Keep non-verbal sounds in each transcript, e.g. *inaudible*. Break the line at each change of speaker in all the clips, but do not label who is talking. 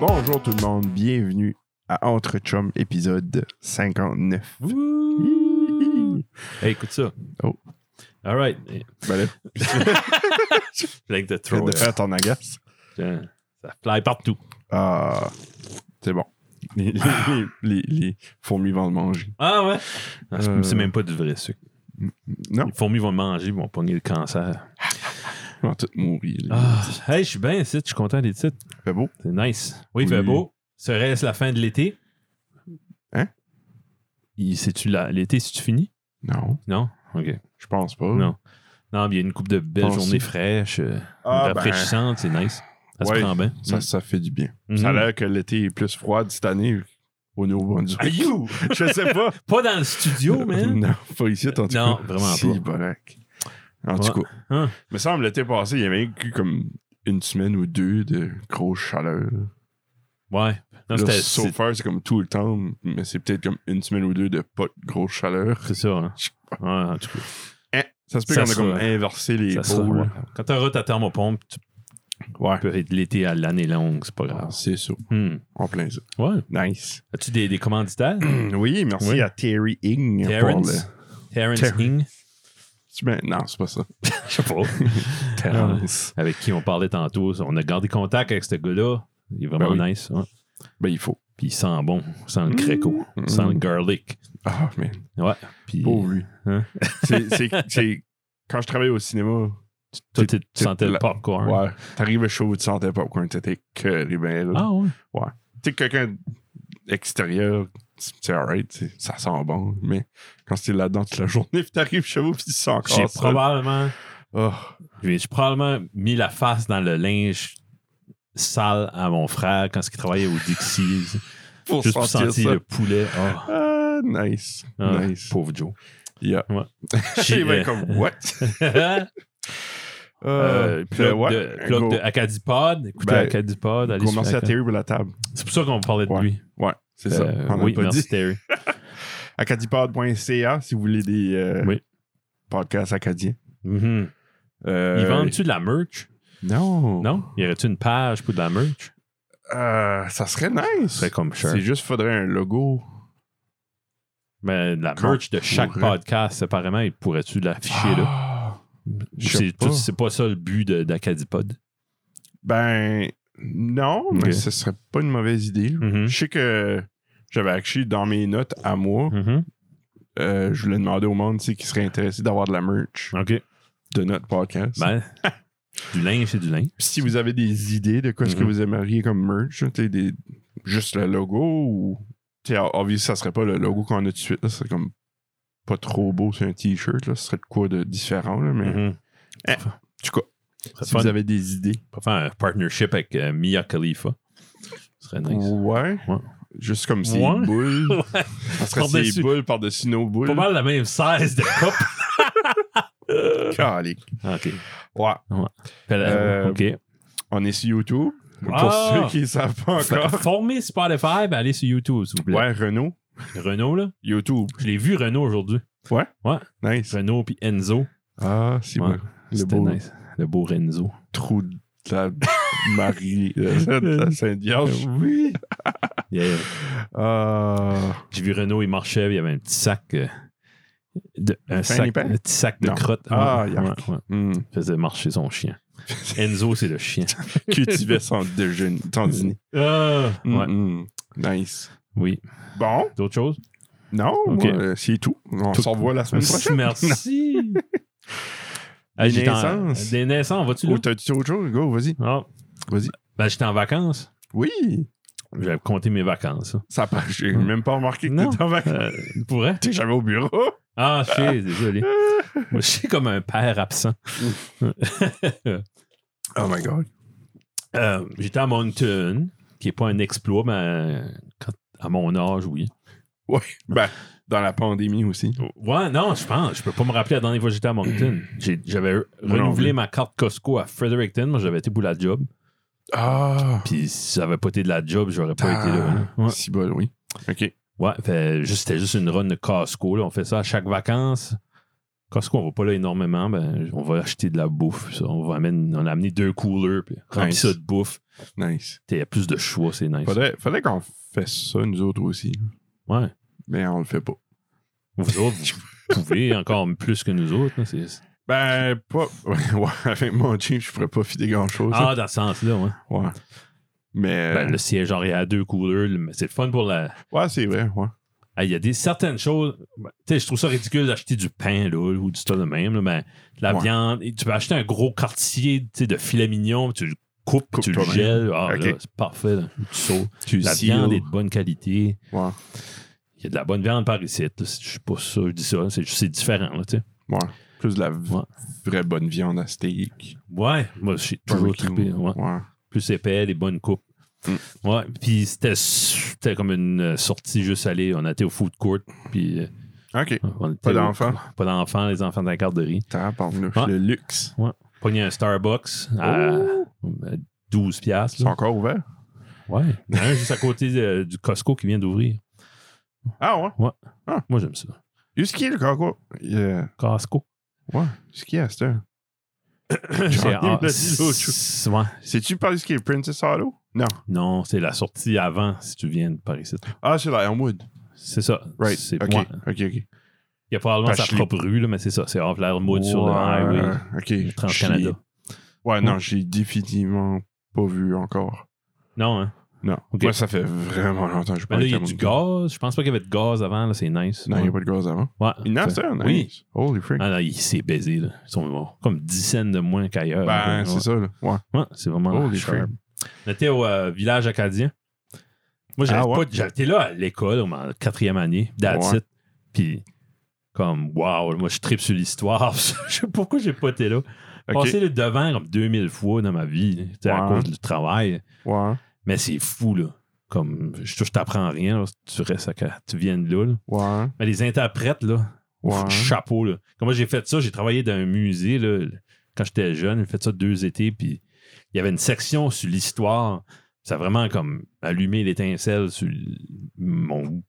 Bonjour tout le monde, bienvenue à Entre Chum épisode 59. Ben
Ouh. Hey, écoute ça.
Oh.
All right.
Ben là,
Like the
tu viens
throw. hein.
de faire ton agace.
Putain, Ça fly partout.
Ah, c'est bon. Les, les- les- les fourmis vont le manger.
Ah ouais? Ah, c'est-
Euh.
C'est même pas du vrai sucre.
Non,
Les fourmis vont le manger, ils vont pogner le cancer.
ils vont tous mourir. là.
Ah, hey, je suis bien ici, je suis content des titres.
Fait beau.
C'est nice. Oui, il
Oui.
fait beau. Serait-ce la fin de l'été?
Hein?
Il- C'est-tu la- l'été, c'est-tu fini?
Non,
Non? OK.
je pense pas.
Non. Non, mais il y a une coupe de belles
Pense-
journées fraîches, euh,
Ah, ben,
rafraîchissantes, c'est nice. Ça
Ouais,
se prend bien.
ça, ça fait du bien.
Mhm.
Ça a l'air que l'été est plus froid cette année au Nouveau-Brunswick.
Ah, you!
*laughs* Je sais pas.
Pas dans le studio, Oh,
*laughs*
*laughs* man.
Non, pas ici, en tout cas.
Non, vraiment
si,
pas.
Bonac. En tout
Ouais.
cas.
Hein?
Il me semble l'été passé, il y avait eu comme une semaine ou deux de grosse chaleur.
Ouais. Non,
Là,
c'était.
so
C'est
far, c'est comme tout le temps, mais c'est peut-être comme une semaine ou deux de pas de grosse chaleur. Eh,
c'est ça, hein. Ouais, en tout cas.
Ça se peut
Ça
qu'on a
sera-
comme inversé les
ça sera-
pôles.
Quand t'auras ta thermopompe, tu
Ouais.
peux être l'été à l'année longue, c'est pas
Ah,
grave.
C'est ça.
Hmm.
En plein ça.
Ouais. *clears throat*
Nice.
As-tu des, des commanditaires?
oui, merci
Oui.
à Terry Ing. pour le-
Terrence? Terrence
Terrence.
Ing?
Tu mets- Non, c'est pas ça.
*laughs* Je
*laughs*
sais pas.
Terrence.
Avec qui on parlait tantôt. On a gardé contact avec ce gars-là. Il est vraiment
Ben oui.
nice. ouais.
Ben, il faut.
Puis il sent bon. Il sent le créco. Il sent le garlic.
Ah, man.
Puis
Mmh. Pauvre lui.
Hein?
*laughs* C'est- c'est- c'est- Quand je travaillais au cinéma,
toi, tu tu
c'est-
sentais le
la-
popcorn.
ouais, t'arrivais chaud, tu sentais pas popcorn, t'étais que les bains, là.
Ah ouais.
tu sais, quelqu'un extérieur, c'est alright, tu sais, ça sent bon, mais quand c'est là-dedans toute la journée, puis t'arrives chez vous, puis tu sens
J'ai
encore ça.
probablement.
Ah,
J'ai j'ai probablement mis la face dans le linge sale à mon frère quand il travaillait au Dixie's.
pour
juste pour
sentir,
sentir
ça.
le poulet. Oh,
Ah, nice,
ah,
nice.
Pauvre Joe. *laughs*
Yeah.
Ouais.
*laughs* J'ai
euh,
ben
*laughs*
comme, what? *laughs*
Euh,
puis là,
plug
ben ouais,
de, plug
go-
de Acadipod. Écoutez
Ben,
Acadipod. allez
go,
sur
merci à
Acad-
Terry pour la table.
C'est pour ça qu'on parlait de
Ouais,
lui.
Ouais, c'est ça.
Euh,
On a
oui,
pas
merci
dit.
Terry.
Acadipod.ca si vous voulez des euh,
Oui.
podcasts acadiens.
Mhm.
Euh, oh.
Ils vendent-tu de la merch?
Non.
Non? Y aurait-tu une page pour de la merch?
Euh, ça serait
Ce
nice.
serait comme sure.
C'est juste faudrait un logo.
Mais de la
Qu'on
merch de chaque
pourrait.
podcast, séparément, ils pourraient-tu l'afficher là?
Ah. je sais
C'est
pas.
c'est pas ça le but de- d'Acadipod.
Ben, non, mais
Ok.
ce serait pas une mauvaise idée. là.
Mhm.
Je sais que j'avais actually dans mes notes à moi,
Mhm.
euh, je voulais demander au monde tu sais, qui serait intéressé d'avoir de la merch
OK.
de notre podcast. *laughs*
Ben, du linge, c'est du linge.
Puis si vous avez des idées de quoi ce que
Mhm.
vous aimeriez comme merch, tu sais, des, juste le logo ou. Tu sais, obvious, ça serait pas le logo qu'on a tout de suite, là, c'est comme pas trop beau sur un t-shirt, là, ce serait de quoi de différent, là, mais eh,
Mhm.
en tout cas,
Ça
si
serait
vous
fun.
avez des idées.
On pourrait faire un partnership avec euh, Mia Khalifa. Ce serait nice.
Ouais.
Ouais.
Juste comme ces
Ouais.
boules.
*laughs* Ouais.
Ça serait
Par-dessus.
ces boules par-dessus nos boules.
Pas mal la même size de coupe.
Calique.
*laughs* OK.
Ouais.
Fait, euh,
Euh,
OK.
On est sur YouTube. Pour
Ah!
ceux qui ne savent pas
Fait-
encore.
Formez Spotify, ben allez sur YouTube, s'il vous plaît.
Ouais, Renault.
Renault, là.
YouTube.
Je l'ai vu, Renault, aujourd'hui.
Nice.
Renault puis Enzo.
Ah, c'est
Ouais.
bon. Le
C'était
beau
nice. Le beau
*laughs*
Renzo.
trou de la Marie, euh, de la Sainte-Vierge.
Oui.
Ah,
J'ai vu Renault, il marchait, il y avait un petit sac. euh, de, un,
Fanny
sac
pack?
un petit sac de
Non.
crottes.
Ah,
Ouais,
yark.
ouais, ouais.
hmm.
Il faisait marcher son
*laughs*
chien. Enzo, c'est le chien.
Cultivait son déjeuner, son dîner.
Ah, ouais.
Hmm, hmm. Nice.
Oui.
Bon,
D'autres choses?
non,
Ok.
moi, euh, c'est tout. On
Tout-
se revoit la semaine prochaine.
Merci. *laughs*
Des
j'étais en-
naissances.
Des naissances, vas-tu là?
Ou t'as dit autre chose? Go, vas-y.
Ah,
Vas-y.
ben, j'étais en vacances.
Oui.
J'avais compté mes vacances.
Ça part. J'ai
Hmm.
même pas remarqué que
Non.
t'étais en vacances.
Euh, tu pourrais?
T'es jamais au bureau.
Ah, je
*laughs*
sais, désolé. Moi, je suis comme un père absent.
Oh my god.
Euh, J'étais à Moncton, qui n'est pas un exploit, mais euh, quand- à mon âge, oui.
Ben, Dans la pandémie aussi.
Ouais, non, je pense. Je peux pas me rappeler la dernière fois que j'étais
*clears throat*
à Moncton. J'ai- J'avais
Moi non
renouvelé
plus.
ma carte Costco à Fredericton. Moi, j'avais été pour la job.
Ah. Ah,
Puis si ça avait pas été de la job, j'aurais pas été là. hein. Ouais.
Si bol, oui. OK.
Ouais, fait, juste- c'était juste une run de Costco. là. On fait ça à chaque vacances. Costco, on va pas là énormément. Ben, on va acheter de la bouffe. ça. On, va amener, on a amené deux coolers, puis rempli
Nice.
ça de bouffe.
Nice.
Il y a plus de choix, c'est nice.
Faudrait, faudrait qu'on fasse ça, nous autres aussi.
Ouais.
Mais on le fait pas.
Vous autres, *laughs* vous pouvez encore plus que nous autres. là, c'est-
Ben, pas. *laughs* Ouais, avec mon jeep, je ferais pas filer grand-chose.
Ah, dans ce sens-là, ouais.
Ouais. Mais. euh,
Ben, le siège arrière à deux couleurs, le- mais c'est le fun pour la.
Ouais, c'est vrai, ouais.
Ah, Il y a des certaines choses. ben, Tu sais, je trouve ça ridicule d'acheter du pain là, ou du stuff de même, là, mais de la
Ouais.
viande. et tu peux acheter un gros quartier tu sais, de filet mignon, tu le coupes,
Coupe
tu le
toi-même.
gèles. Ah,
Ok.
là, c'est parfait. là. Tu sautes.
Tu
La viande est de bonne qualité.
Ouais.
Il y a de la bonne viande par ici. là. Je suis pas sûr, je dis ça. C'est juste- c'est différent. Là, tu sais.
Ouais. Plus de la v-
Ouais.
vraie bonne viande à steak.
ouais, moi, j'ai toujours
Barbecue.
trippé. ouais.
Ouais.
plus épais, des bonnes coupes.
Mm.
Ouais, puis c'était c'était comme une euh, sortie juste aller. On a été au food court, puis euh,
Ok.
on était
Pas
au-
d'enfant.
Pas d'enfants, les enfants de la garderie.
T'as
Ouais. Ah.
le luxe.
Pogné un Starbucks à
Oh!
à 12 piastres.
Ils sont
là.
encore ouverts?
Ouais, Il y en a un juste à côté euh, du Costco qui vient d'ouvrir.
Ah ouais?
Moi, j'aime ça.
Il y a du ski, le Costco. Il y a-
Costco.
Ouais, du ski à cette heure.
C'est
entendu
ah,
le dire l'autre jour.
c'est- ouais.
C'est-tu par le ski Princess Hollow? Non.
Non, c'est la sortie avant si tu viens de Paris. ici.
Ah, c'est la Elmwood.
C'est ça.
Right.
C'est
ok,
ouais.
ok, ok.
Il y a probablement
Parce
sa
que je l'ai-
propre rue, là, mais c'est ça. C'est off l'Armoud sur le
Ouais,
highway.
Ok.
Trans-Canada.
Je l'ai- Ouais, non, j'ai définitivement pas vu encore.
Non, hein?
Non.
Ok.
Moi, ça fait vraiment longtemps que je
Ben
pas
là,
été
il y a
à
du
Moncton.
gaz. Je pense pas qu'il y avait de gaz avant. Là, c'est nice.
Non, il n'y
ouais.
a pas de gaz avant.
Ouais.
Il y en a à cette heure, nice.
Oui.
Holy freak.
Ah non, il s'est baisé. Là. Ils sont morts. comme dix cents de moins qu'ailleurs.
Ben,
Ouais.
c'est ça, là. Ouais.
Ouais, c'est vraiment
Holy
sharp.
freak.
On était au euh, village acadien. Moi, j'avais
Ah ouais?
pas- j'étais là à l'école, en quatrième année, that's
Ouais.
it. Puis, comme, wow, moi, je tripe sur l'histoire. *laughs* je sais pourquoi j'ai pas été là. Passé
Ok.
le devant comme 2000 fois dans ma vie, tu sais, à
Ouais.
cause du travail.
Ouais. Mais
Mais c'est fou, là. Comme, je, je t'apprends rien, là, tu restes à, tu viens de là, là.
Ouais.
Mais les interprètes, là,
Ouais.
chapeau. Là. Comme moi, j'ai fait ça, j'ai travaillé dans un musée là, quand j'étais jeune. J'ai fait ça deux étés, puis il y avait une section sur l'histoire. Ça a vraiment comme allumé l'étincelle sur l- mon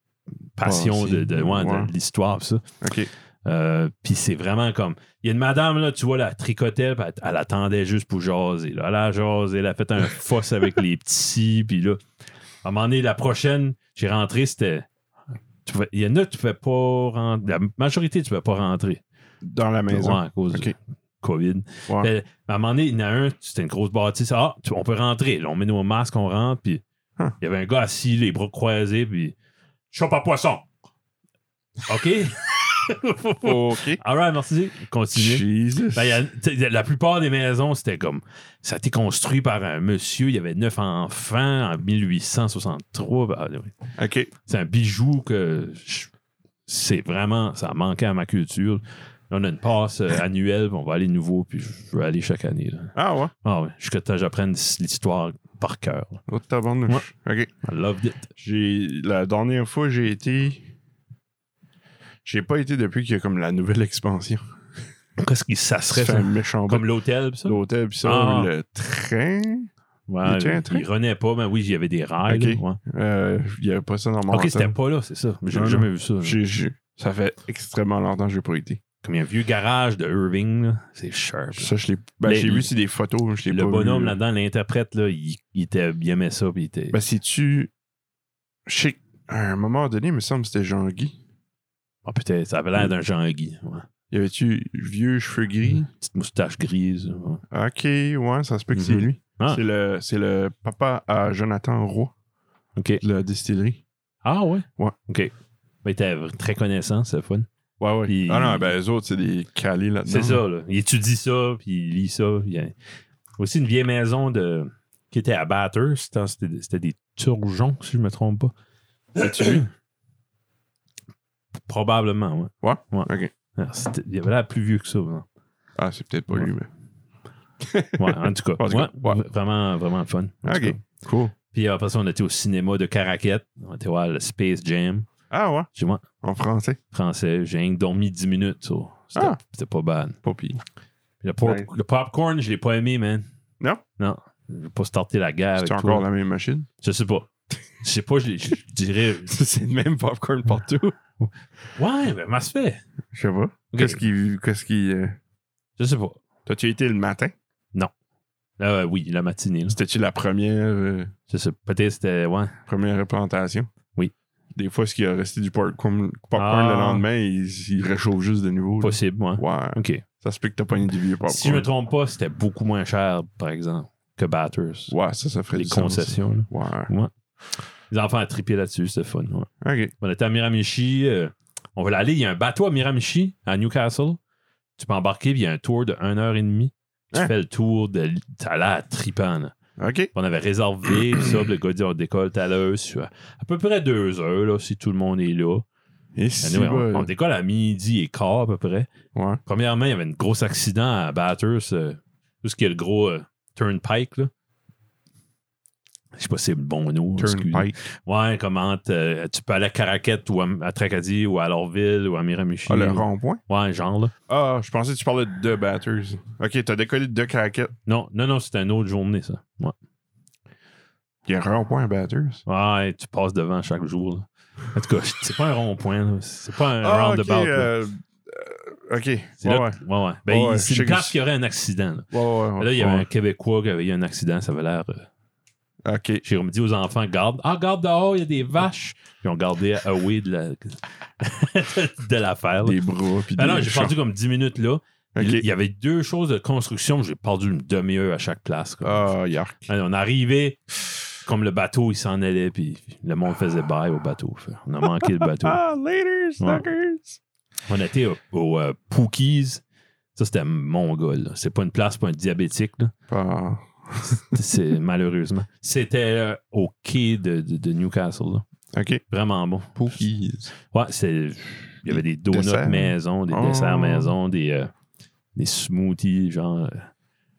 passion
Ah, c'est-
de, de- ouais, de
ouais.
l'histoire. pis ça.
Ok.
Euh, puis c'est vraiment comme. Il y a une madame, là, tu vois, la tricotait, puis elle, elle attendait juste pour jaser. Là. Elle a jasé, elle
*laughs*
a fait un fosse avec les petits, puis là. À un moment donné, la prochaine, j'ai rentré, c'était. tu pouvais- Il y en a que tu ne pouvais pas rentrer. La majorité, tu ne pouvais pas rentrer.
Dans la
Ouais,
maison.
à cause
Ok.
du COVID.
Ouais.
Fait, à un moment donné, il y en a un, c'était une grosse bâtisse. Ah, tu- on peut rentrer. Là, on met nos masques, on rentre, puis
Huh.
il y avait un gars assis, les bras croisés, puis. Chope à poisson! OK?
*laughs* Ok.
All right, merci. Continue.
Jesus.
Ben, y a- t'sais, la plupart des maisons, c'était comme. Ça a été construit par un monsieur. Il y avait neuf enfants en 1863. Ben, anyway,
Ok.
C'est un bijou que. je- C'est vraiment. Ça manquait à ma culture. Là, on a une passe euh, annuelle. puis On va aller nouveau. Puis je veux aller chaque année. là.
Ah ouais.
Ah ouais. Jusqu'à temps que j'apprenne l'histoire par cœur. là.
Autre tabarnouche. Ok.
I loved it.
J'ai la dernière fois j'ai été j'ai pas été depuis qu'il y a comme la nouvelle expansion.
Qu'est-ce que ça
Ça
serait,
fait
ça?
un méchant bout.
Comme l'hôtel, pis ça?
l'hôtel puis ça
Ah.
le train,
Ouais,
était un
il,
train?
il renaît pas, mais oui, il y avait des rails.
Ok.
là, ouais.
euh, il y avait pas ça dans mon
Ok, c'était pas là, c'est ça. J'ai
Non, non.
jamais vu ça. là.
j'ai, j'ai- ça fait extrêmement longtemps que j'ai pas été.
comme il y a un vieux garage de Irving, là. c'est sharp. là.
Ça je l'ai ben,
Mais
j'ai
il-
vu c'est des photos, mais je l'ai
Le
pas
bonhomme
vu.
là-dedans, l'interprète, là, il, il était, il aimait ça. Puis il était...
Ben si tu chez à un moment donné, il me semble que c'était Jean-Guy.
Ah, putain, ça avait l'air d'un Jean-Guy. ouais.
Y avait-tu vieux cheveux gris
Petite moustache grise. ouais.
OK, ouais, ça se peut que c'est
Mhm.
lui.
Ah.
C'est le c'est le papa à Jonathan Roy
OK.
de la distillerie.
Ah ouais?
Ouais.
OK. Ben, il était très connaissant, c'est le fun.
Ouais, ouais.
Puis-
Ah non, ben eux autres, c'est des calés là-dedans. *laughs*
C'est ça, là. Il étudie ça, puis il lit ça. Il y a aussi une vieille maison de... qui était à Bathurst. hein, C'était c'était des Turgeons, si je me trompe pas.
As-tu vu?
Probablement, ouais.
Ouais?
Ouais.
Ok.
Alors, c'était- il avait l'air plus vieux que ça. non?
Ah, c'est peut-être pas lui, mais.
Ouais, en tout cas.
*laughs* En tout cas,
ouais,
ouais.
Vraiment, vraiment le fun. En tout
Ok. Cool.
Puis après ça, on était au cinéma de Caraquette. On était voir le Space Jam.
Ah ouais,
J'ai moi,
en français.
français, j'ai rien que dormi 10 minutes. ça. C'était
Ah.
c'était pas bad.
Pas pire.
Puis le, pop-
Ouais.
le popcorn, je l'ai pas aimé, man.
Non?
Non. Je vais pas starter la guerre
C'est
avec
encore
toi.
la même machine.
Je sais pas. Je sais pas, je, je- je dirais.
*laughs* C'est le même popcorn partout.
Ouais, ben, ça se fait.
Je sais pas.
Ok.
Qu'est-ce qui. Qu'est-ce qui. euh,
Je sais pas.
T'as-tu été le matin?
Là, euh, oui, la matinée. là.
C'était-tu la première, euh,
Je sais pas. Peut-être c'était. Ouais.
première replantation?
Oui.
Des fois, ce qui a resté du popcorn, popcorn
Ah.
le lendemain, il, il réchauffe juste de nouveau. là.
Possible, ouais.
Ouais.
Ok.
Ça se peut que t'as pas une du vieux popcorn.
Si je me trompe pas, c'était beaucoup moins cher, par exemple, que Batters.
Ouais, ça, ça ferait
Les
du sens.
concessions, là.
Ouais.
Les enfants à triper là-dessus, c'était fun. ouais.
Ok.
On était à Miramichi. euh, on va aller. Il y a un bateau à Miramichi, à Newcastle. Tu peux embarquer, puis il y a un tour de 1h30. Tu
Hein?
fais le tour de. l- Ça a l'air trippant, là.
Ok.
On avait réservé, puis ça, puis le gars dit on décolle tout à l'heure. sur- À peu près deux heures, là, si tout le monde est là.
Et si.
Anyway, on,
bah,
on décolle à midi et quart, à peu près.
Ouais.
Premièrement, il y avait un gros accident à Batters, euh, tout ce qui est le gros euh, turnpike, là. Je sais pas si c'est le bon nom. excuse.
Turnpike.
Ouais, comment t'es- tu peux aller à Caraquette ou à, à Tracadie ou à Lorville ou à Miramichi.
Ah, le rond-point?
Ouais, genre là.
Ah, je pensais que tu parlais de deux batters. Ok, t'as décollé de deux craquettes.
Non, non, non, c'était une autre journée, ça. Ouais.
Il y a un rond-point à batters.
Ouais, tu passes devant chaque jour. là. En tout cas, *laughs* c'est pas un rond-point, là. c'est pas un
Ah, ok.
roundabout. là.
euh, euh, ok.
C'est
Ouais,
là,
ouais.
que- ouais, ouais. Ben,
Ouais,
il-
ouais, je
c'est
sais
une
que
place
c'est-
qu'il y aurait un accident. Là,
Ouais, ouais, ouais.
là il y avait
Ouais.
un Québécois qui avait eu un accident, ça avait l'air. euh,
Ok.
Jérôme dit aux enfants, garde, ah, garde dehors, il y a des vaches. Puis on gardait away de la- *laughs* de l'affaire. là.
Des bras, puis des.
Ben Ah non, j'ai
chats.
perdu comme 10 minutes là. Il-
Ok.
Il y avait deux choses de construction, j'ai perdu une demi-heure à chaque place. quoi.
Ah, yark.
Allez, on arrivait, comme le bateau, il s'en allait, puis le monde faisait bail au bateau. Fait, On a manqué
*laughs*
le bateau.
Ah, later, suckers.
On était au, au, euh, Pookies. Ça, c'était mongol. là. C'est pas une place pour un diabétique. là.
Ah. *laughs*
C'est malheureusement. C'était euh, au quai de, de- de Newcastle. là.
Ok.
Vraiment bon.
Pookies.
Ouais, c'est. Il y avait des donuts
Dessert.
maison, des
Oh.
desserts maison, des, euh, des smoothies, genre. euh,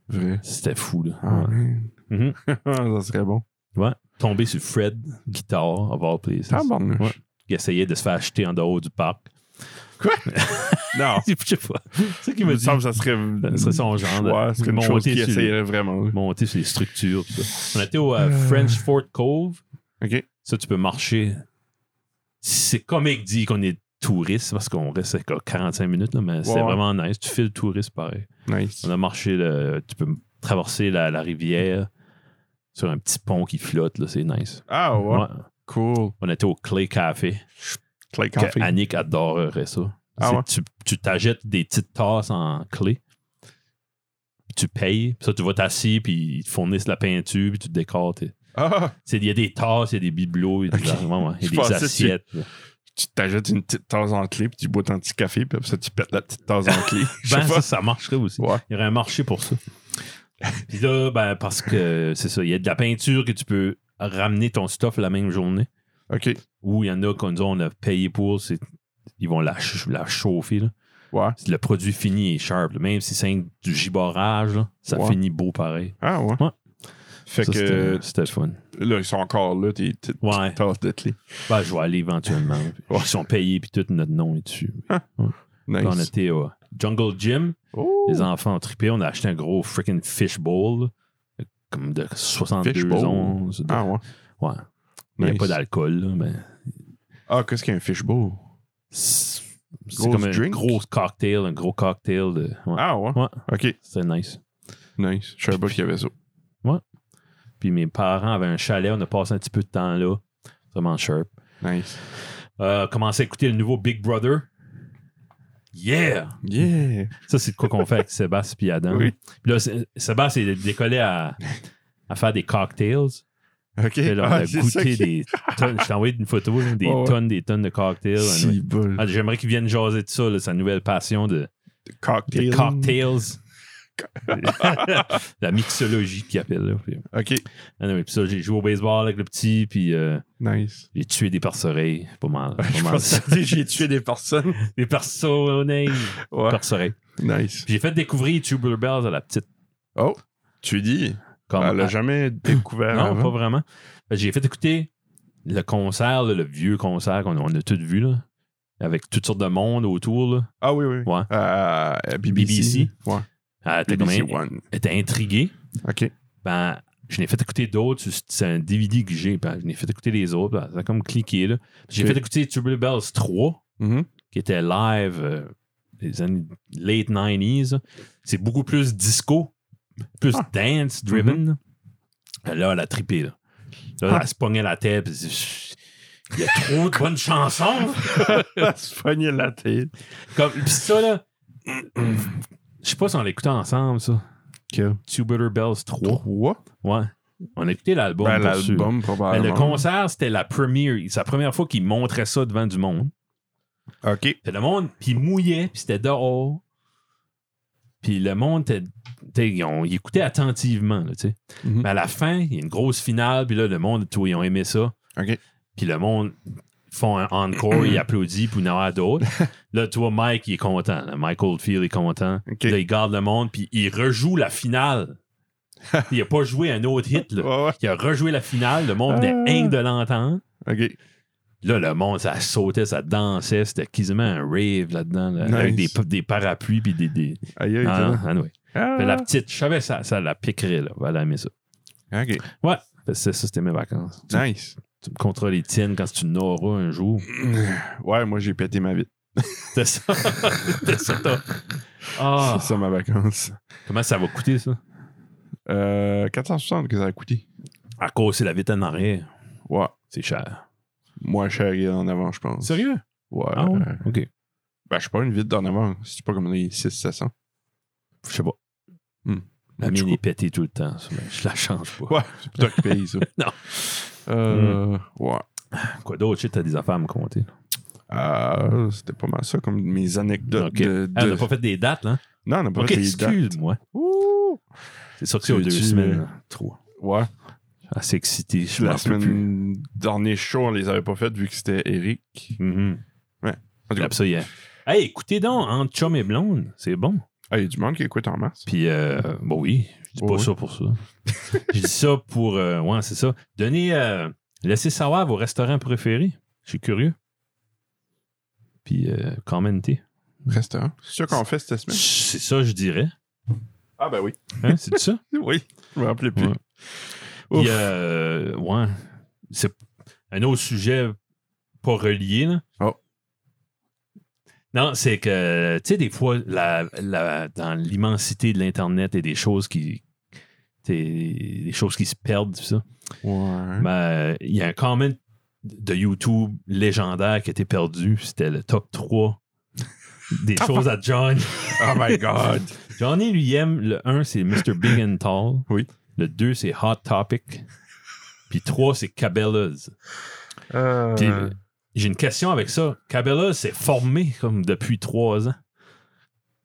Vrai.
C'était fou, là.
Ah,
Ouais.
man.
Mhm.
*laughs* ça serait bon.
Ouais. Tombé sur Fred, guitare, of all places.
Ah, bon.
Ouais. Il essayait de se faire acheter en dehors du parc.
*laughs* Non.
*laughs* Je sais pas. C'est ça qu'il
Il
me
me
dit.
semble que Ah. ça serait.
Ça serait son genre de-
Ouais, ce serait une
monter
chose qu'il
sur-
essayerait vraiment. là.
Monter sur les structures. tout ça. On était au euh, French Fort Cove.
Ok.
Ça, tu peux marcher. C'est comique dit qu'on est touriste parce qu'on reste à 45 minutes, là, mais c'est
Ouais.
vraiment nice. Tu fais le touriste pareil.
Nice.
On a marché, le- tu peux traverser la, la rivière sur un petit pont qui flotte, là, c'est nice.
Ah, ouais.
Ouais.
Cool.
On était au Clay Café.
Clay
que
Coffee.
Annick adorerait ça.
Ah
C'est-
ouais?
tu- Tu t'achètes des petites tasses en clé. puis Tu payes, puis ça, tu vas t'assis, puis ils te fournissent la peinture, puis tu te décores. t'es-
Ah,
C'est- Il y a des tasses, il y a des bibelots, il y a des,
Ok.
vraiment, ouais, il
*laughs*
y a
Je
des
pensais que tu-
assiettes. Ben,
tu t'ajoutes une petite tasse en clé, puis tu bois ton petit café, puis après ça, tu pètes la petite tasse en clé. Je sais
*laughs* Ben,
pas.
ça, ça marcherait aussi.
Ouais.
Il y aurait un marché pour ça. puis là, ben, parce que c'est ça, il y a de la peinture que tu peux ramener ton stuff la même journée.
OK.
Ou il y en a qu'on dit on a payé pour, c'est- ils vont la, ch- la chauffer. Là.
Ouais.
le produit fini est sharp. là. Même si c'est un- du giborage, là, ça
Ouais.
finit beau pareil.
Ah, ouais.
Ouais.
Fait
Ça,
que
c'était- C'était le fun.
là, ils sont encore là, tes petites
Ouais.
tasses de clé.
Ben, je vais aller éventuellement.
*laughs*
Ils sont payés, puis tout notre nom est dessus. Puis On
Nice.
était au Jungle Gym.
Oh!
Les enfants ont trippé. On a acheté un gros freaking fishbowl, là, comme de 62
Fishbowl?
onces. de-
Ah, ouais.
Ouais. Il n'y a
Nice.
pas d'alcool, là, mais
Ah, qu'est-ce qu'il y a un fishbowl?
c'est c'est
Grosse
comme un
drink?
gros cocktail, un gros cocktail. De... Ouais.
Ah, ouais.
Ouais.
OK.
C'était nice.
Nice. Je savais pas qu'il y avait ça.
Puis mes parents avaient un chalet, on a passé un petit peu de temps là. Vraiment sharp.
Nice.
Euh, commencé à écouter le nouveau Big Brother. Yeah!
Yeah.
Ça, c'est de quoi qu'on fait avec Sébastien puis Adam.
Oui.
Puis là, Sé- Sébastien il est décollé à, à faire des cocktails.
OK.
Puis là, on
Ah,
a
c'est ça
goûté
qui-
des tonnes. Je t'ai envoyé une photo, là, des
Ouais, ouais.
tonnes, des tonnes de cocktails.
Si, bol.
Ah, J'aimerais qu'il vienne jaser de ça, là, sa nouvelle passion de, des
Cocktail. *laughs*
cocktails. La mixologie qu'il appelle. Là. Puis,
OK.
anyway, puis ça, j'ai joué au baseball avec le petit, puis euh,
Nice.
J'ai tué des perce-oreilles. Pas mal. Pas
*laughs* Je
mal.
pense que j'ai tué des personnes.
*laughs* Des perce-oreilles.
*laughs* Ouais.
Perce-oreilles.
Nice.
J'ai fait découvrir Tubular Bells à la petite.
Oh, tu dis.
Comme,
Elle l'a
à-
jamais découvert
non,
avant.
pas vraiment. Ben, J'ai fait écouter le concert, là, le vieux concert qu'on on a tous vu, là, avec toutes sortes de monde autour. Là.
Ah oui, oui.
Ouais.
Euh, à BBC.
BBC.
Ouais.
Elle était,
BBC
Ah, comme in-
One.
elle était intriguée.
OK.
Ben, je n'ai fait écouter d'autres. sur- C'est un DVD que j'ai. puis Je n'ai fait écouter les autres. puis Ça a comme cliqué. là. J'ai
Ok.
fait écouter Tubular Bells 3,
Mm-hmm.
*laughs* qui était live euh, des années late 90s. là. C'est beaucoup plus disco, plus
Ah. Mm-hmm.
dance driven. là. Là, elle a trippé. Là, là
Ah.
elle se pognait la tête. puis elle dit, Il y a trop de bonnes chansons.
*laughs* se pognait la tête.
Comme, pis ça, là. Je sais pas si on l'écoutait ensemble, ça. Tubular Bells 3.
Trois?
Ouais. On a écouté l'album.
Ben,
pour sûr.
l'album,
Mais
probablement.
Ben, le concert, c'était la première. C'est la première fois qu'il montrait ça devant du monde.
OK.
Puis le monde, puis il mouillait, puis c'était dehors. Puis le monde, était- t'sais, ils, ont- ils écoutaient attentivement, là, tu sais.
Mhm.
Mais à la fin, il y a une grosse finale, puis là, le monde, tout, ils ont aimé ça.
OK.
Puis le monde font un encore, il applaudit, puis il y en a d'autres.
*laughs*
Là, tu vois, Mike, il est content. là. Mike Oldfield est content.
OK.
Là, il garde le monde, puis il rejoue la finale.
*laughs*
il a pas joué un autre hit, là.
Ouais, ouais.
Il a rejoué la finale, le monde venait
Ah.
rien que de l'entendre.
OK.
Là, le monde, ça sautait, ça dansait, c'était quasiment un rave là-dedans, là, avec des,
Nice.
des parapluis puis des. des...
Aïe, aïe,
Ah,
t'as-
non, anyway.
Ah.
Fait La petite, je savais ça, ça la piquerait, là. Elle aimait ça.
Ah. OK.
Fait que C'est ça, c'était mes vacances. Tu,
Nice.
tu me contrôles les tiennes quand tu n'auras un jour.
Ouais, moi, j'ai pété ma vie.
C'était ça. *laughs* c'était ça, toi. Ah,
C'est ça, ma vacance.
comment ça va coûter, ça?
Euh, 460 que ça a coûté.
À cause, c'est la vite en arrière.
Ouais.
C'est cher.
Moins cher que en avant, je pense.
Sérieux?
Ouais.
Ah, ouais.
Euh,
OK.
Ben, je suis pas une vide d'en avant. C'est pas comme les 600-700.
Je sais pas.
Hmm.
La
Du
mine
coup-
est pétée tout le temps. ça, mais Je la change pas.
Ouais, c'est pas toi qui paye ça.
*laughs* Non.
Euh, Ouais.
Quoi d'autre? Tu sais, t'as des affaires à me compter.
Euh, C'était pas mal ça, comme mes anecdotes
Hmm. Ok.
de.
Ah, on
de-
n'a pas fait des dates, là.
Non, on n'a pas
Ok,
fait les dates.
excuse-moi.
Ouh!
C'est sorti aux deux
Tu- euh,
semaines. là. Trois.
Ouais.
Assez excité. Je m'en
La
peux plus.
semaine dernière show, on les avait pas faites vu que c'était Eric.
Mhm.
Mm-hmm. Ouais. En tout cas.
Puis ça, il y a- Hey, écoutez donc, entre chum et blonde, c'est bon.
Ah, il y a du monde qui écoute en mars.
Puis, euh, bon, oui, je dis
Oh,
pas
oui.
ça pour ça. je dis ça pour. euh, ouais, c'est ça. Donnez. euh, laissez savoir vos restaurants préférés. Je suis curieux. Puis, euh, commentez.
Restaurant. C'est sûr qu'on fait cette semaine.
C'est ça, je dirais.
Ah, ben oui.
Hein, c'est ça?
Oui. Je me rappelais plus.
Ouais.
Ouf.
Puis, euh, ouais, c'est un autre sujet pas relié. Là.
Oh.
Non, c'est que, tu sais, des fois, la, la- dans l'immensité de l'Internet et des choses qui. t'sais, des choses qui se perdent, tout ça.
Ouais.
ben, Il y a un comment de YouTube légendaire qui était perdu. C'était le top 3
*laughs*
des choses à John.
Oh my god.
Johnny lui aime le 1, c'est Mr. Big and Tall.
Oui.
Le 2, c'est Hot Topic. Puis 3, c'est Cabela's.
*laughs* Euh,
Puis j'ai une question avec ça. Cabela's s'est formé comme depuis 3 ans.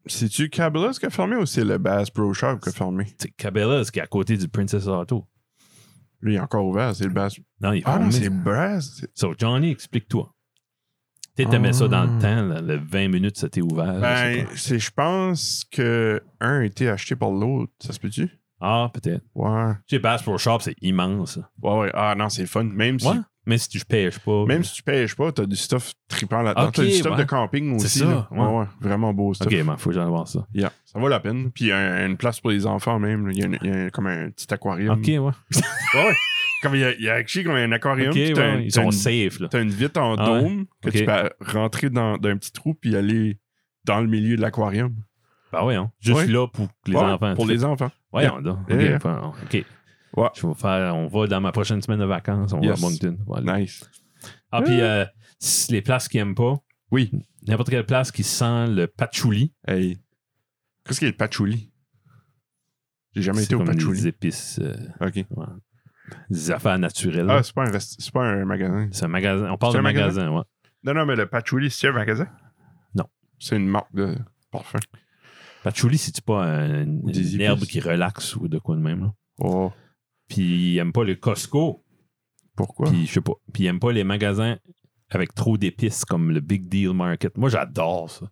C'est-tu Cabela's qui a fermé ou c'est le Bass Pro Shop qui a fermé?
C'est Cabela's qui est à côté du Princess Auto.
Lui, il est encore ouvert. C'est le Bass.
Non, il est
Ah non, c'est
formé.
Brass. c'est-
So, Johnny, explique-toi. Tu t'aimais
Ah.
ça dans le temps, là, le 20 minutes, ça t'est ouvert. je sais
Ben,
pas.
c'est, je pense que un a été acheté par l'autre. Ça se peut-tu?
Ah, peut-être.
Ouais.
Tu sais, Bass Pro Shop, c'est immense.
Ouais, ouais. Ah non, c'est le fun. Même si,
Ouais. Même si tu ne pêches pas.
même si tu pêches pas, t'as du stuff trippant là-dedans.
Ok,
t'as du stuff
ouais.
de camping
C'est
aussi.
ça,
là.
ouais.
Ouais, ouais. Vraiment beau stuff.
Ok, il faut que j'aille voir ça.
Yeah. Ça vaut la peine. Puis il y a une place pour les enfants même. là. Il y a, une- il y a comme un petit aquarium.
Ok, ouais. Ok,
Ouais, ouais. Comme il y a, il y a actually comme un aquarium. puis
ouais,
t'as un-
Ils
t'as
sont
une-
safe, là.
T'as une vitre en
Ah ouais?
dôme que
Ok.
tu peux rentrer dans, dans un petit trou puis aller dans le milieu de l'aquarium.
Ben ouais, hein. Juste
Ouais.
là pour que les
Ouais,
enfants.
Pour les enfants.
Ouais,
Yeah.
on donc.
Yeah,
Ok,
yeah.
enfin, oh, OK.
Ouais.
Je vais faire, on va dans ma prochaine semaine de vacances, on
Yes.
va à Moncton. Voilà.
Nice.
Ah, puis euh, si les places qui n'aiment pas.
Oui.
N'importe quelle place qui sent le patchouli.
Hey. Qu'est-ce qu'il y a le patchouli? J'ai jamais
C'est
été au
comme
patchouli.
des épices, euh,
Ok.
des affaires naturelles.
Ah, c'est pas, un rest- c'est pas un magasin.
c'est un magasin. On parle
C'est
de
un
magasin, ouais.
Non, non, mais le patchouli, c'est un magasin?
Non.
C'est une marque de parfum.
Patchouli, c'est-tu pas un- une,
des épices.
herbe qui relaxe ou de quoi de même, là?
Oh.
Puis ils n'aiment pas le Costco.
Pourquoi?
Puis je sais pas. Puis ils n'aiment pas les magasins avec trop d'épices comme le Big Deal Market. Moi, j'adore ça.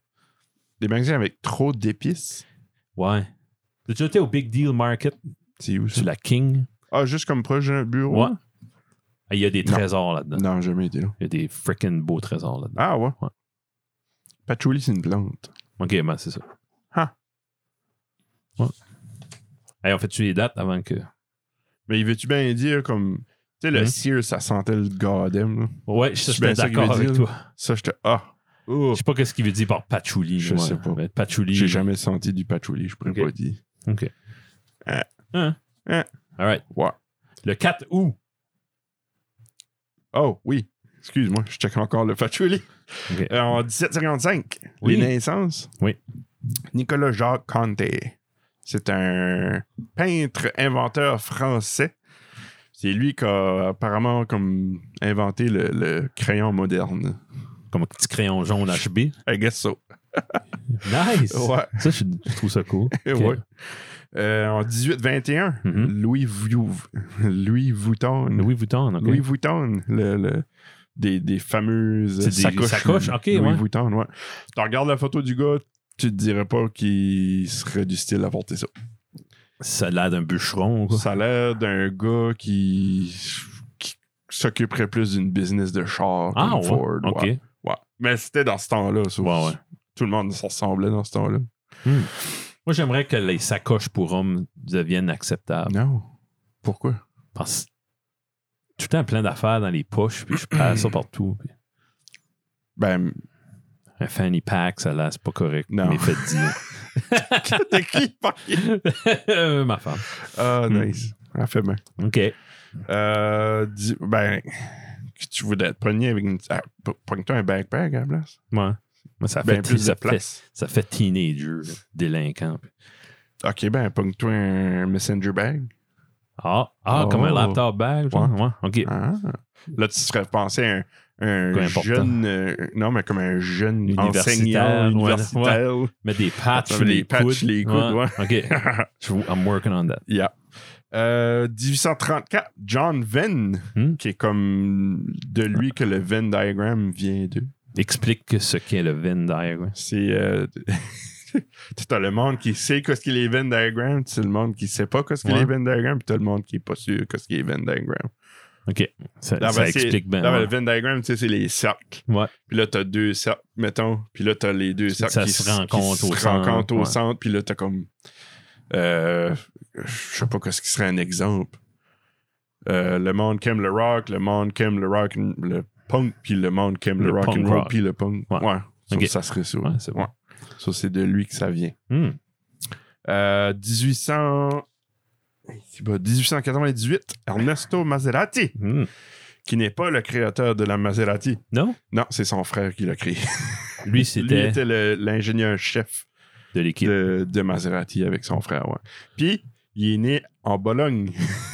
Des magasins avec trop d'épices?
Ouais. T'as déjà été au Big Deal Market
C'est où ça?
sur la King?
Ah, juste comme proche d'un bureau?
Ouais. Ah, Il y a des
Non.
trésors là-dedans.
Non, jamais été là.
Il y a des freaking beaux trésors là-dedans.
Ah ouais?
Ouais.
Patchouli, c'est une plante.
Ok, ben c'est ça.
Ah.
Ouais. Hey, on fait-tu les dates avant que.
Mais il veut-tu bien dire comme. Tu sais, le
Mhm.
Sears, ça sentait le goddamn. là.
Ouais, ça,
Ben, C'est
je suis
bien ça qu'il
d'accord
veut
avec
dire.
toi.
Ça, j'étais. Ah!
Je
Ouf.
sais pas qu'est-ce qu'il veut dire par patchouli.
Je
moi.
sais pas.
Mais Patchouli.
J'ai jamais senti du patchouli, je pourrais
Ok.
pas dire.
OK.
Hein.
Hein?
Hein.
All right.
Ouais.
Le 4 août.
Oh, oui. Excuse-moi, je check encore le patchouli.
Ok.
Euh, en 1755,
Oui.
les naissances.
Oui.
Nicolas Jacques Conté. C'est un peintre, inventeur français. C'est lui qui a apparemment comme inventé le, le crayon moderne.
Comme un petit crayon jaune HB.
I guess so.
Nice.
Ouais.
Ça, je, je trouve ça cool. Ok.
*laughs* Ouais. Euh, en 1821,
Mhm.
Louis, Vuitton- Louis Vuitton.
Louis Vuitton. ok.
Louis Vuitton, le, le- des, des fameuses
C'est des
sacoches.
sacoches, ok,
Louis
ouais.
Vuitton, ouais. Tu regardes la photo du gars, tu te dirais pas qu'il serait du style à porter ça.
Ça a l'air d'un bûcheron. quoi.
Ça a l'air d'un gars qui, qui s'occuperait plus d'une business de char
Ah,
comme
ouais.
Ford.
OK.
ouais, ouais. Mais c'était dans ce temps-là. ça.
Ouais, ouais.
Tout le monde s'en ressemblait dans ce temps-là.
Moi, j'aimerais que les sacoches pour hommes deviennent acceptables.
Non. Pourquoi?
Parce tout le temps plein d'affaires dans les poches, puis je passe ça partout. puis
Ben, *laughs*
Un fanny pack, ça là, c'est pas correct.
Non.
Mais faites dire.
t'es qui? *laughs*
Ma femme.
Ah,
Hmm.
nice. Ah, fait bien.
OK.
Euh, dis- ben, que tu voudrais être pogné avec une. Ah, p- Pogne-toi un backpack à la place.
Moi, moi, ça,
Ben,
fait,
plus de
ça, fait,
place.
ça fait teenager, là, délinquant. puis-
Ok, ben, pogne-toi un messenger bag.
Ah, ah comme un
Oh.
laptop bag. genre.
Ouais.
Ouais. OK.
Ah. Là, tu serais pensé à un, un
Peu important.
jeune. euh, non, mais comme un jeune
Universitaire,
enseignant
ouais.
universitaire.
Mais des patchs,
Des
les
patchs,
coudes.
les coudes,
OK. Je- I'm working on that.
yeah. *laughs* Euh, 1834, John Venn,
Hmm.
qui est comme de lui que le Venn diagram vient de.
Explique ce qu'est le Venn diagram.
C'est. Euh, *laughs* tu as le monde qui sait qu'est-ce qu'il est Venn diagram, tu as le monde qui sait pas qu'est-ce qu'il
Ouais.
est Venn diagram, puis tu as le monde qui est pas sûr qu'est-ce qu'il est Venn diagram.
Ça,
Là,
ça
ben, c'est-
explique bien.
là, ben,
ouais.
le Venn diagram, tu sais, c'est les cercles.
Ouais.
Puis là, t'as deux cercles, mettons. Puis là, t'as les deux
Ça
cercles
se
qui,
rencontrent
qui
au
se
centre,
rencontrent au
ouais.
centre. Puis là, t'as comme. euh, je sais pas qu'est-ce qui serait un exemple. Euh, le monde qui aime le rock, le monde qui aime le rock, le punk, puis le monde qui aime le,
Le
rock
punk
and roll,
rock.
puis le punk. Ouais.
Ouais.
Ça,
Ok.
ça serait ça.
Ouais, c'est bon.
Ouais. Ça, c'est de lui que ça vient.
Hmm.
Euh, 1800. c'est pas- 1898, Ernesto Maserati,
Hmm.
qui n'est pas le créateur de la Maserati.
Non?
Non, c'est son frère qui l'a créé.
Lui,
Lui
c'était
était le- l'ingénieur chef
de l'équipe.
de, de Maserati avec son frère. ouais. Puis, il est né en Bologne.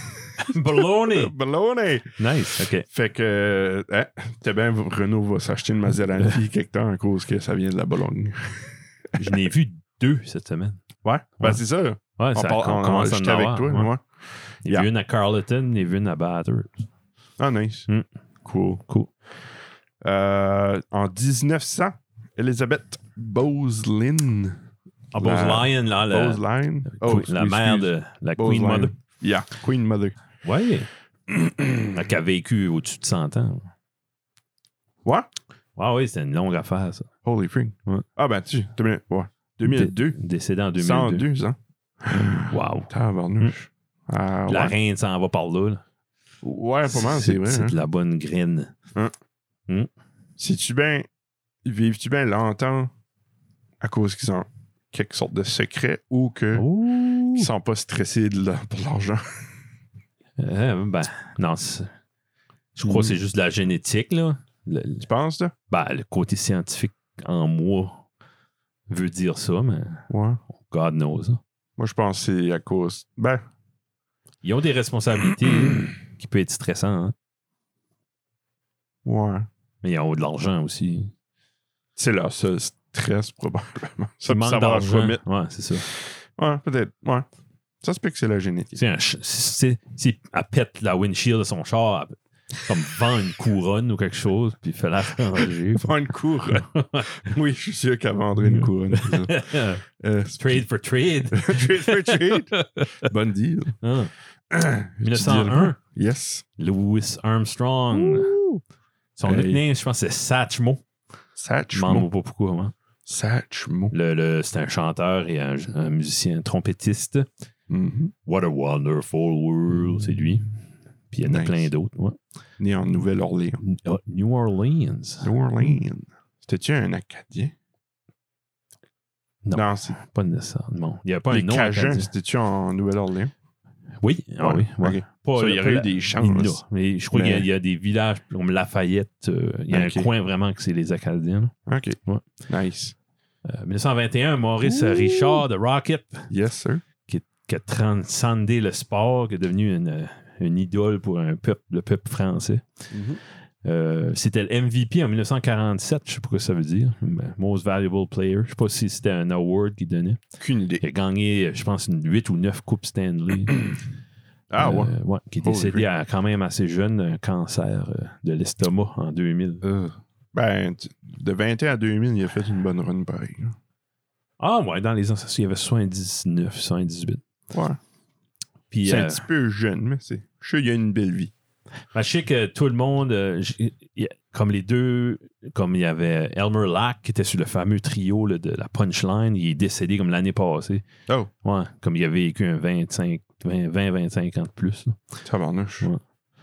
*laughs*
Baloney!
Bologne!
Nice, OK.
Fait que, hein, t'es bien, Renault va s'acheter une
*laughs*
Maserati quelque temps à cause que ça vient de la Bologne.
Je n'ai vu deux cette semaine.
Ouais, ben
Ouais.
c'est ça.
Ouais,
On
ça
part-
com-
on-
commence à en
j'étais avec
avoir.
toi,
ouais.
moi.
Il y
Yeah.
a une à Carleton, il y a une à Bathurst.
Ah, nice.
Mm.
Cool.
Cool.
Euh, en 1900, Elizabeth Boselin.
Ah, Bose
La-
Lion, là, la,
Boselin.
la mère de la Queen
Boseline.
Mother.
Oh, Yeah, Queen Mother. *clears throat*
Oui. qui a vécu au-dessus de 100 ans.
Ouais?
Ah oui, c'était une longue affaire, ça.
Holy freak.
Ouais.
Ah, ben, tu, deux minutes, ouais. 2002.
Décédé en 2002.
102 ans.
Wow.
hein. Tabarnouche. Ah,
Mm. La
ouais.
reine s'en va par là. là.
ouais, pas mal, c'est vrai.
C'est
hein.
de la bonne graine.
Si-tu bien. Vives-tu bien longtemps à cause qu'ils ont quelque sorte de secret ou que
Oh. Ouh.
qu'ils sont pas stressés de leur- pour l'argent? *laughs*
Euh, ben, non. c'est- Je crois
Mm.
que c'est juste de la génétique, là. Le, le-
Tu penses, là?
ben, le côté scientifique en moi veut dire ça, mais
Ouais.
God knows. hein.
Moi, je pense que c'est à cause. Ben,
Ils ont
*clears throat*
des responsabilités qui peuvent être stressantes, hein.
ouais.
mais ils ont de l'argent aussi.
C'est leur seul stress, probablement. Ça,
Ils
puis
manquent
savoir à quoi
d'argent.
mettre.
Ouais, c'est ça.
Ouais, peut-être. Ouais. Ça se peut que c'est la génétique. *laughs*
C'est un ch- c'est- c'est- elle pète la windshield de son char, elle- comme vend une couronne ou quelque chose, puis il fallait
*laughs*
la ranger.
Vendre une couronne.
*laughs*
oui, je suis sûr qu'elle vendrait une couronne. c'est ça. Euh,
trade for
*laughs*
trade.
trade for trade. Bonne deal.
*laughs* Hein.
*clears throat* Tu
1901,
dirais- Yes.
Louis Armstrong. Son
Hey.
nickname, je pense, c'est Satchmo. Je m'en
Satchmo.
vois pas hein. pourquoi. moi.
Satchmo.
Le, le- c'est un chanteur et un, un musicien, un trompettiste
Mhm.
What a Wonderful World, c'est lui. Puis il y en a
Nice.
plein d'autres. ouais.
Né en Nouvelle-Orléans.
N- ah, New Orleans.
New Orleans. C'était-tu un Acadien?
Non.
c'est-
Pas nécessairement. Il n'y a pas
les
un nom.
Cajuns,
acadien.
c'était-tu en Nouvelle-Orléans?
Oui, ah oui. ouais.
ok.
Pas
Ça,
le
il y aurait eu
pla-
des chances.
Il y en a, mais je crois
Mais-
qu'il y a- il y, a des villages comme Lafayette. euh, il y a
Ok.
un coin vraiment que c'est les Acadiens. là.
OK.
Ouais.
Nice.
Euh, 1921, Maurice
Ouh.
Richard de Rocket,
Yes, sir.
qui a transcendé le sport, qui est devenu une, une idole pour un peuple, le peuple français. Euh, c'était le MVP en 1947, je sais pas ce que ça veut dire. Most Valuable Player. Je sais pas si c'était un award qu'il donnait.
Aucune idée.
Il a gagné, je pense, une 8 ou 9 Coupes Stanley.
*coughs* Ah
Euh,
ouais.
qui est
Holy
décédé à, quand même assez jeune d'un cancer euh, de l'estomac en 2000.
Ben, tu- de 21 à 2000, il a fait une bonne run pareil.
Ah ouais, dans les ans, il y avait 79, 78.
Ouais.
Puis,
C'est
euh,
un petit peu jeune, mais c'est. Je suis sûr qu'il a une belle vie.
ben, je sais que tout le monde, euh, j- y a- comme les deux, comme il y avait Elmer Lack qui était sur le fameux trio là, de la punchline, il est décédé comme l'année passée.
Oh.
Ouais, comme il avait vécu un 25, 20, 20 25 ans de plus. là.
Tabarnouche.
Ouais.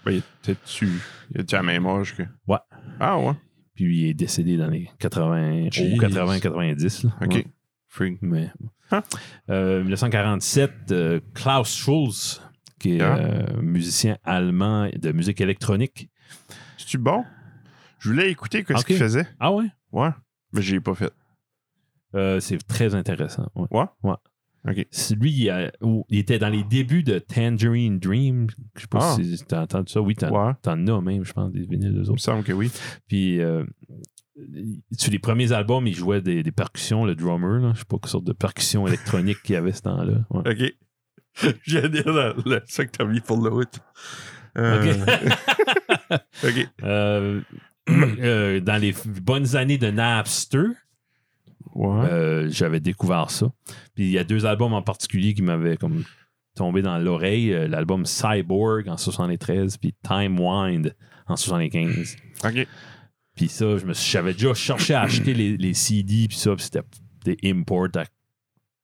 Ben, il était-tu. Il était à la même âge que.
Ouais.
Ah ouais.
Puis il est décédé dans les 80,
Jeez.
ou 80, 90. là.
OK.
Ouais.
Freak.
Mais,
Hein?
Euh, 1947, euh, Klaus Schulz, qui est
Ah.
euh, musicien allemand de musique électronique.
C'est-tu bon? Je voulais écouter qu'est-ce
Ok.
qu'il faisait.
Ah ouais?
Ouais. Mais j'ai pas fait.
Euh, c'est très intéressant. Ouais.
Ouais? Ok.
C'est Lui, il, a- ou- il était dans les débuts de Tangerine Dream. Je sais pas
Ah.
si t'as entendu ça. Oui, t'en,
Ouais.
t'en as même, je pense, des vinyles d'eux
Il me
autres.
semble que oui.
Puis, euh, sur les premiers albums, il jouait des, des percussions, le drummer. Là. Je sais pas quelle sorte de percussion électronique qu'il y avait ce temps-là. Ouais.
OK. *laughs* Je viens de dire le, le- ce que t'as mis pour l'autre. Euh,
Ok. *laughs*
OK.
Euh, *clears throat* euh, dans les f- bonnes années de Napster,
Ouais.
euh, j'avais découvert ça. Puis il y a deux albums en particulier qui m'avaient comme tombé dans l'oreille. Euh, L'album Cyborg en 73, puis Time Wind en 75.
OK.
Puis ça, je me suis- j'avais déjà cherché à acheter les, les CD, puis ça, puis c'était des imports à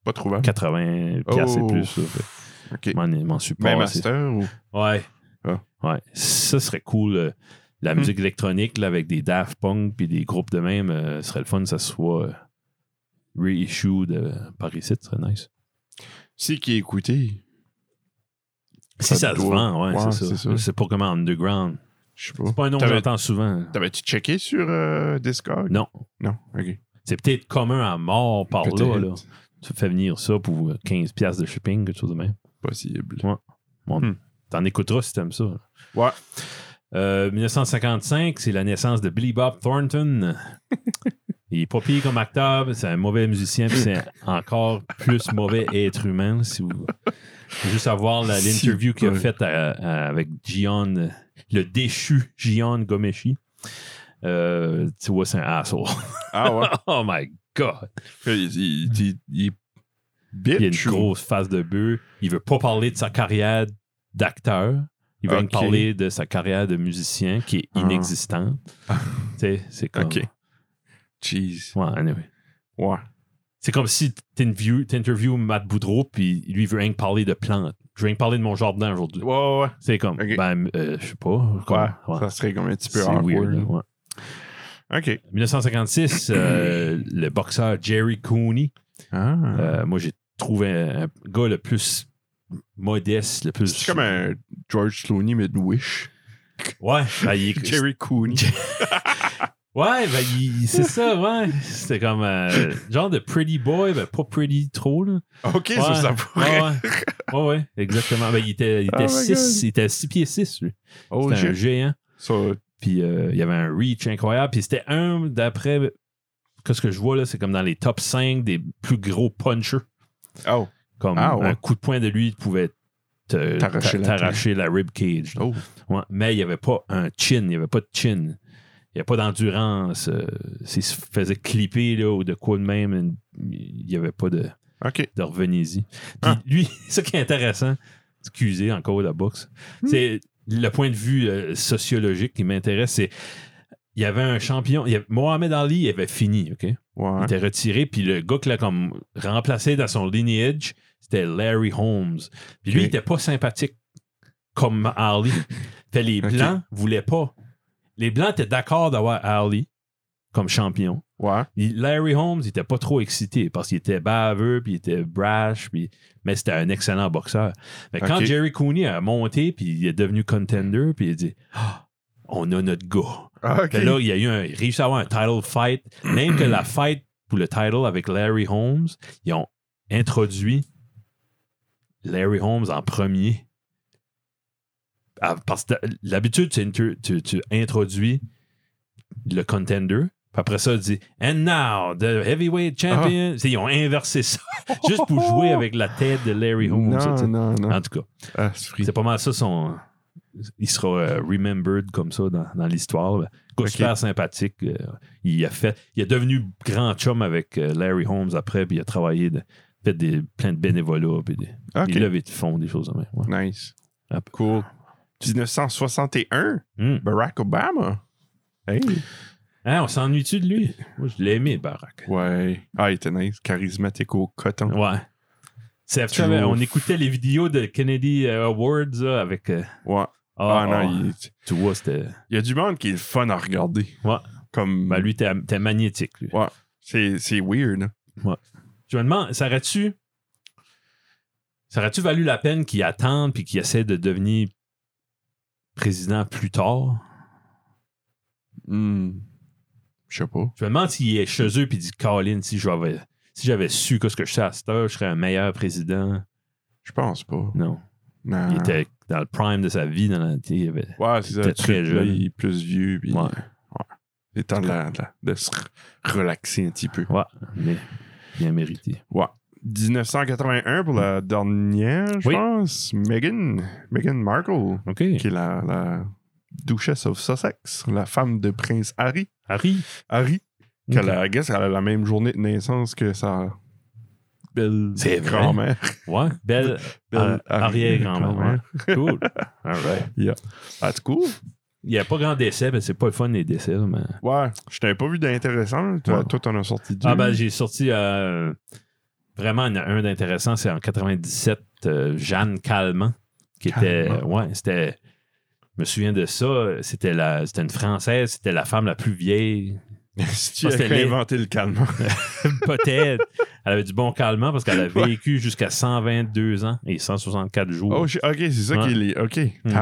Pas trouvable.
80 piastres et
Oh.
plus. là. Fait
OK.
que M'en m'en suis
Même
passé.
master ou.
Ouais.
Ah.
Ouais. Ça serait cool. euh, la
Hmm.
musique électronique là, avec des Daft Punk puis des groupes de même, euh, ce serait le fun que ça soit euh, reissued euh, par ici, ce serait nice.
C'est qui écouté?
Si ça, se
doit-
vend, ouais,
ouais,
c'est
c'est
ça.
ça. Oh.
C'est pas comme en underground.
Je sais pas.
C'est pas un nom que
T'avais-
j'entends souvent.
T'avais-tu checké sur euh, Discord?
Non.
Non, ok.
C'est peut-être commun à mort par là,
Peut-être.
là. Tu fais venir ça pour 15$ piastres de shipping, quelque chose de même.
Possible.
Bon,
Hmm.
T'en écouteras si t'aimes ça.
Ouais.
Euh, 1955, c'est la naissance de Billy Bob
*laughs*
Thornton. Il est pas pire comme acteur, c'est un mauvais musicien, puis c'est encore plus mauvais être humain. Si vous faut juste avoir la-
Si
l'interview qu'il a
peu.
faite à- à- avec Gian, euh, le déchu Gian Gomeshi. Euh, tu vois, c'est un asshole.
Ah *laughs* ouais.
*laughs* oh my god!
il, il, il- il- bitch
Il a une
ou-
grosse face de bœuf. Il veut pas parler de sa carrière d'acteur. Il veut
Ok.
nous parler de sa carrière de musicien qui est
Ah.
inexistante.
*laughs*
Tu sais, c'est comme.
Ok. Jeez.
Ouais, anyway.
Ouais.
C'est comme si t'inview- t'interviews Matt Boudreau, puis lui, il veut rien que parler de plantes. Je veux rien que parler de mon jardin aujourd'hui.
Ouais, ouais, ouais.
C'est comme,
Ok.
ben, euh, je sais pas. comme-
Ouais,
ouais.
Ça serait comme un petit peu
C'est
awkward.
weird,
là.
là, ouais.
Ok.
1956, euh, le boxeur Jerry Cooney
Ah.
Euh, moi, j'ai trouvé un un gars le plus modeste, le plus.
C'est comme un George Clooney, mais de Wish.
Ouais,
*laughs*
ben, il est-
Jerry Cooney.
*laughs* Ouais, ben, il- c'est ça, ouais. C'était comme euh, genre de pretty boy, ben, pas pretty trop, là.
ok,
Ouais,
ça, ça pourrait.
Ouais, ouais. Ouais, ouais, exactement. Ben, il était 6
Oh my
il était six pieds 6, lui.
Oh,
C'était un
shit.
géant.
Ça,
Puis euh, il y avait un reach incroyable. Puis c'était un d'après. que ce que je vois, là, c'est comme dans les top 5 des plus gros punchers.
Oh.
Comme
Ah, ouais.
un coup de poing de lui pouvait te-
T'arracher la
t'arracher la, rib cage. là.
Oh.
Ouais, mais il n'y avait pas un chin, il n'y avait pas de chin. Il n'y avait pas d'endurance. euh, S'il se faisait clipper là, ou de quoi de même, une- il n'y avait pas de,
Ok.
de revenez-y. Puis
Ah.
lui, *laughs* ce qui est intéressant, excusez encore la boxe,
Hmm.
c'est le point de vue euh, sociologique qui m'intéresse, c'est il y avait un champion, il y avait- Mohamed Ali il avait fini, OK?
Ouais.
Il était retiré, puis le gars qui l'a comme remplacé dans son lineage, c'était Larry Holmes. Puis lui,
Ok.
il était pas sympathique comme
*laughs*
Ali. fait les
Ok.
Blancs voulaient pas. Les Blancs étaient d'accord d'avoir Ali comme champion.
Ouais.
Il- Larry Holmes, il était pas trop excité parce qu'il était baveux, puis il était brash, puis... mais c'était un excellent boxeur. Mais quand
Ok.
Jerry Cooney a monté, puis il est devenu contender, puis il a dit Ah, On a notre gars.
Ah, ok.
Fait là, il y a eu un, il a réussi à avoir un title fight. Même que la fight pour le title avec Larry Holmes, ils ont introduit Larry Holmes en premier. Ah, Parce que l'habitude, tu, inter- tu- tu introduis le contender. Puis après ça, tu dis And now, the heavyweight champion. Tu sais, Ils ont inversé ça *laughs* juste pour jouer avec la tête de Larry Holmes. tu sais.
Non, non, non.
En tout cas.
Ah, c'est fri-
C'est pas mal ça son. Il sera euh, remembered comme ça dans, dans l'histoire. là. Gars
Ok.
Super sympathique. euh, il a fait. Il est devenu grand chum avec euh, Larry Holmes après, puis il a travaillé de, fait des, plein de bénévolat, puis des,
Ok.
des levées de fonds, des choses de même. ouais.
Nice.
Hop.
Cool. 1961,
Hmm.
Barack Obama. Hey.
Hein, on s'ennuie-tu de lui? Moi, je l'aimais, Barack.
Ouais. Ah, il était nice. Charismatique au coton.
Ouais. C'est
Toujours.
vrai, on écoutait les vidéos de Kennedy euh, Awards là, avec. euh,
Ouais.
ah,
Ah,
ah,
non, il,
Tu vois, c'était.
il y a du monde qui est le fun à regarder.
Ouais.
Comme.
Ben, lui, t'es t'es magnétique. Lui.
C'est c'est weird. hein.
Je me demande, ça aurait-tu. Ça aurait-tu valu la peine qu'ils attendent puis qu'ils essaient de devenir président plus tard?
Hmm. Je sais pas.
Je me demande s'il est chez eux puis il dit Colin, si j'avais si j'avais su que ce que je sais à cette heure, je serais un meilleur président.
Je pense pas.
Non.
Non.
Il était dans le prime de sa vie, dans la, tu sais, il avait-
Ouais, c'est
il était
ça.
très
Très
jeune.
il est plus vieux. Puis
Ouais.
Il est temps de, la- de la- de se r- relaxer un petit peu.
mais bien mérité.
1981 pour la dernière, je
Oui.
pense. Meghan. Meghan Markle,
OK.
qui est la, la Duchess of Sussex, la femme de Prince Harry.
Harry.
Harry, qu'elle
Ok.
a, I guess, elle a la même journée de naissance que sa belle
C'est vrai.
grand-mère.
Ouais. *laughs* Belle
Belle
euh, arrière-grand-mère. ouais. Cool. *laughs* All right.
Ah, c'est cool.
Il n'y a pas grand décès, mais c'est pas le fun les décès, là, mais.
Ouais, je t'avais pas vu d'intéressant. Toi,
Ouais.
toi, t'en as sorti deux.
Ah ben j'ai sorti euh, vraiment un, un d'intéressant, c'est en 97, euh, Jeanne Calment, qui était.
Calment.
Ouais, c'était. Je me souviens de ça. C'était la. C'était une Française, c'était la femme la plus vieille.
*laughs* si tu
parce
avais
que les-
inventé le calme. *laughs*
Peut-être. elle avait du bon calmant parce qu'elle a vécu jusqu'à 122 ans et 164 jours.
oh, je- ok, c'est ça
Ouais.
qu'il est. Ok.
Mhm.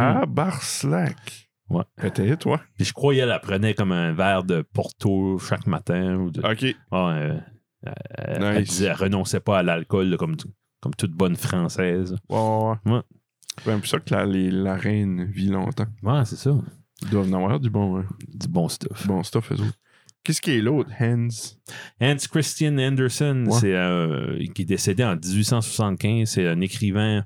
Tabarslack.
Ouais.
Peut-être, toi.
Puis je croyais qu'elle la prenait comme un verre de Porto chaque matin ou de
Ok.
Ah, euh, euh, elle,
Nice.
disait, elle renonçait pas à l'alcool là, comme, comme toute bonne française.
Ouais, ouais. ouais.
Ouais.
C'est même pour ça que la, les- la reine vit longtemps.
Ouais, c'est ça.
Ils doivent en avoir du bon, euh,
Du bon stuff.
du bon stuff, eux autres. Qu'est-ce qui est l'autre, Hans?
Hans Christian Andersen,
Ouais.
c'est euh, qui est décédé en 1875. C'est un écrivain.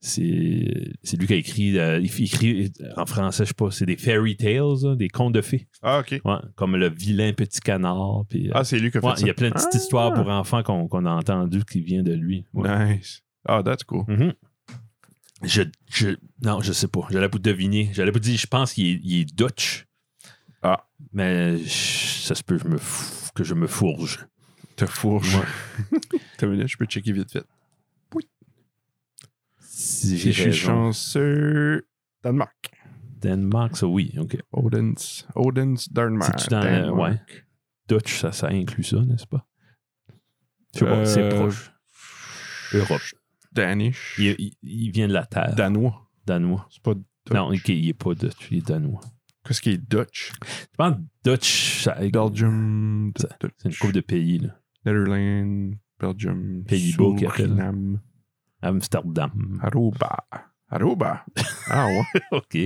C'est c'est lui qui a écrit, euh, il écrit en français, je sais pas, c'est des fairy tales, là, des contes de fées.
Ah, ok.
Ouais, comme le vilain petit canard. puis, euh,
Ah, c'est lui qui a fait
ouais,
ça.
il y a plein de petites
Ah,
histoires pour enfants qu'on qu'on a entendues qui viennent de lui. Ouais.
Nice. Ah, that's cool.
Mhm. je, je- non, je sais pas. J'allais pas deviner. J'allais pas dire, je pense qu'il est, il est Dutch.
Ah.
Mais je- ça se peut je me fou- que je me fourge.
Te fourche. T'as une minute, je peux checker vite fait.
Si
Si
j'ai
je suis
raison.
chanceux. Danemark.
Danemark, ça oui, ok.
Odense. Odense, Danemark.
C'est-tu dans le-
Danemark.
ouais. Dutch, ça, ça inclut ça, n'est-ce pas? Je sais pas, c'est
Euh,
proche. Europe.
Danish.
Il, il- il vient de la terre.
Danois.
Danois.
C'est pas.
Non, ok, il est pas Dutch, il est Danois.
Qu'est-ce qui est Dutch?
Je pense Dutch, ça-
Belgium.
Ça-
Dutch,
c'est une coupe de pays, là.
Netherlands. Belgium.
Pays-Bas qui appelle.
Suriname. *laughs*
Amsterdam.
Aruba.
*laughs*
Aruba. Ah ouais.
ok.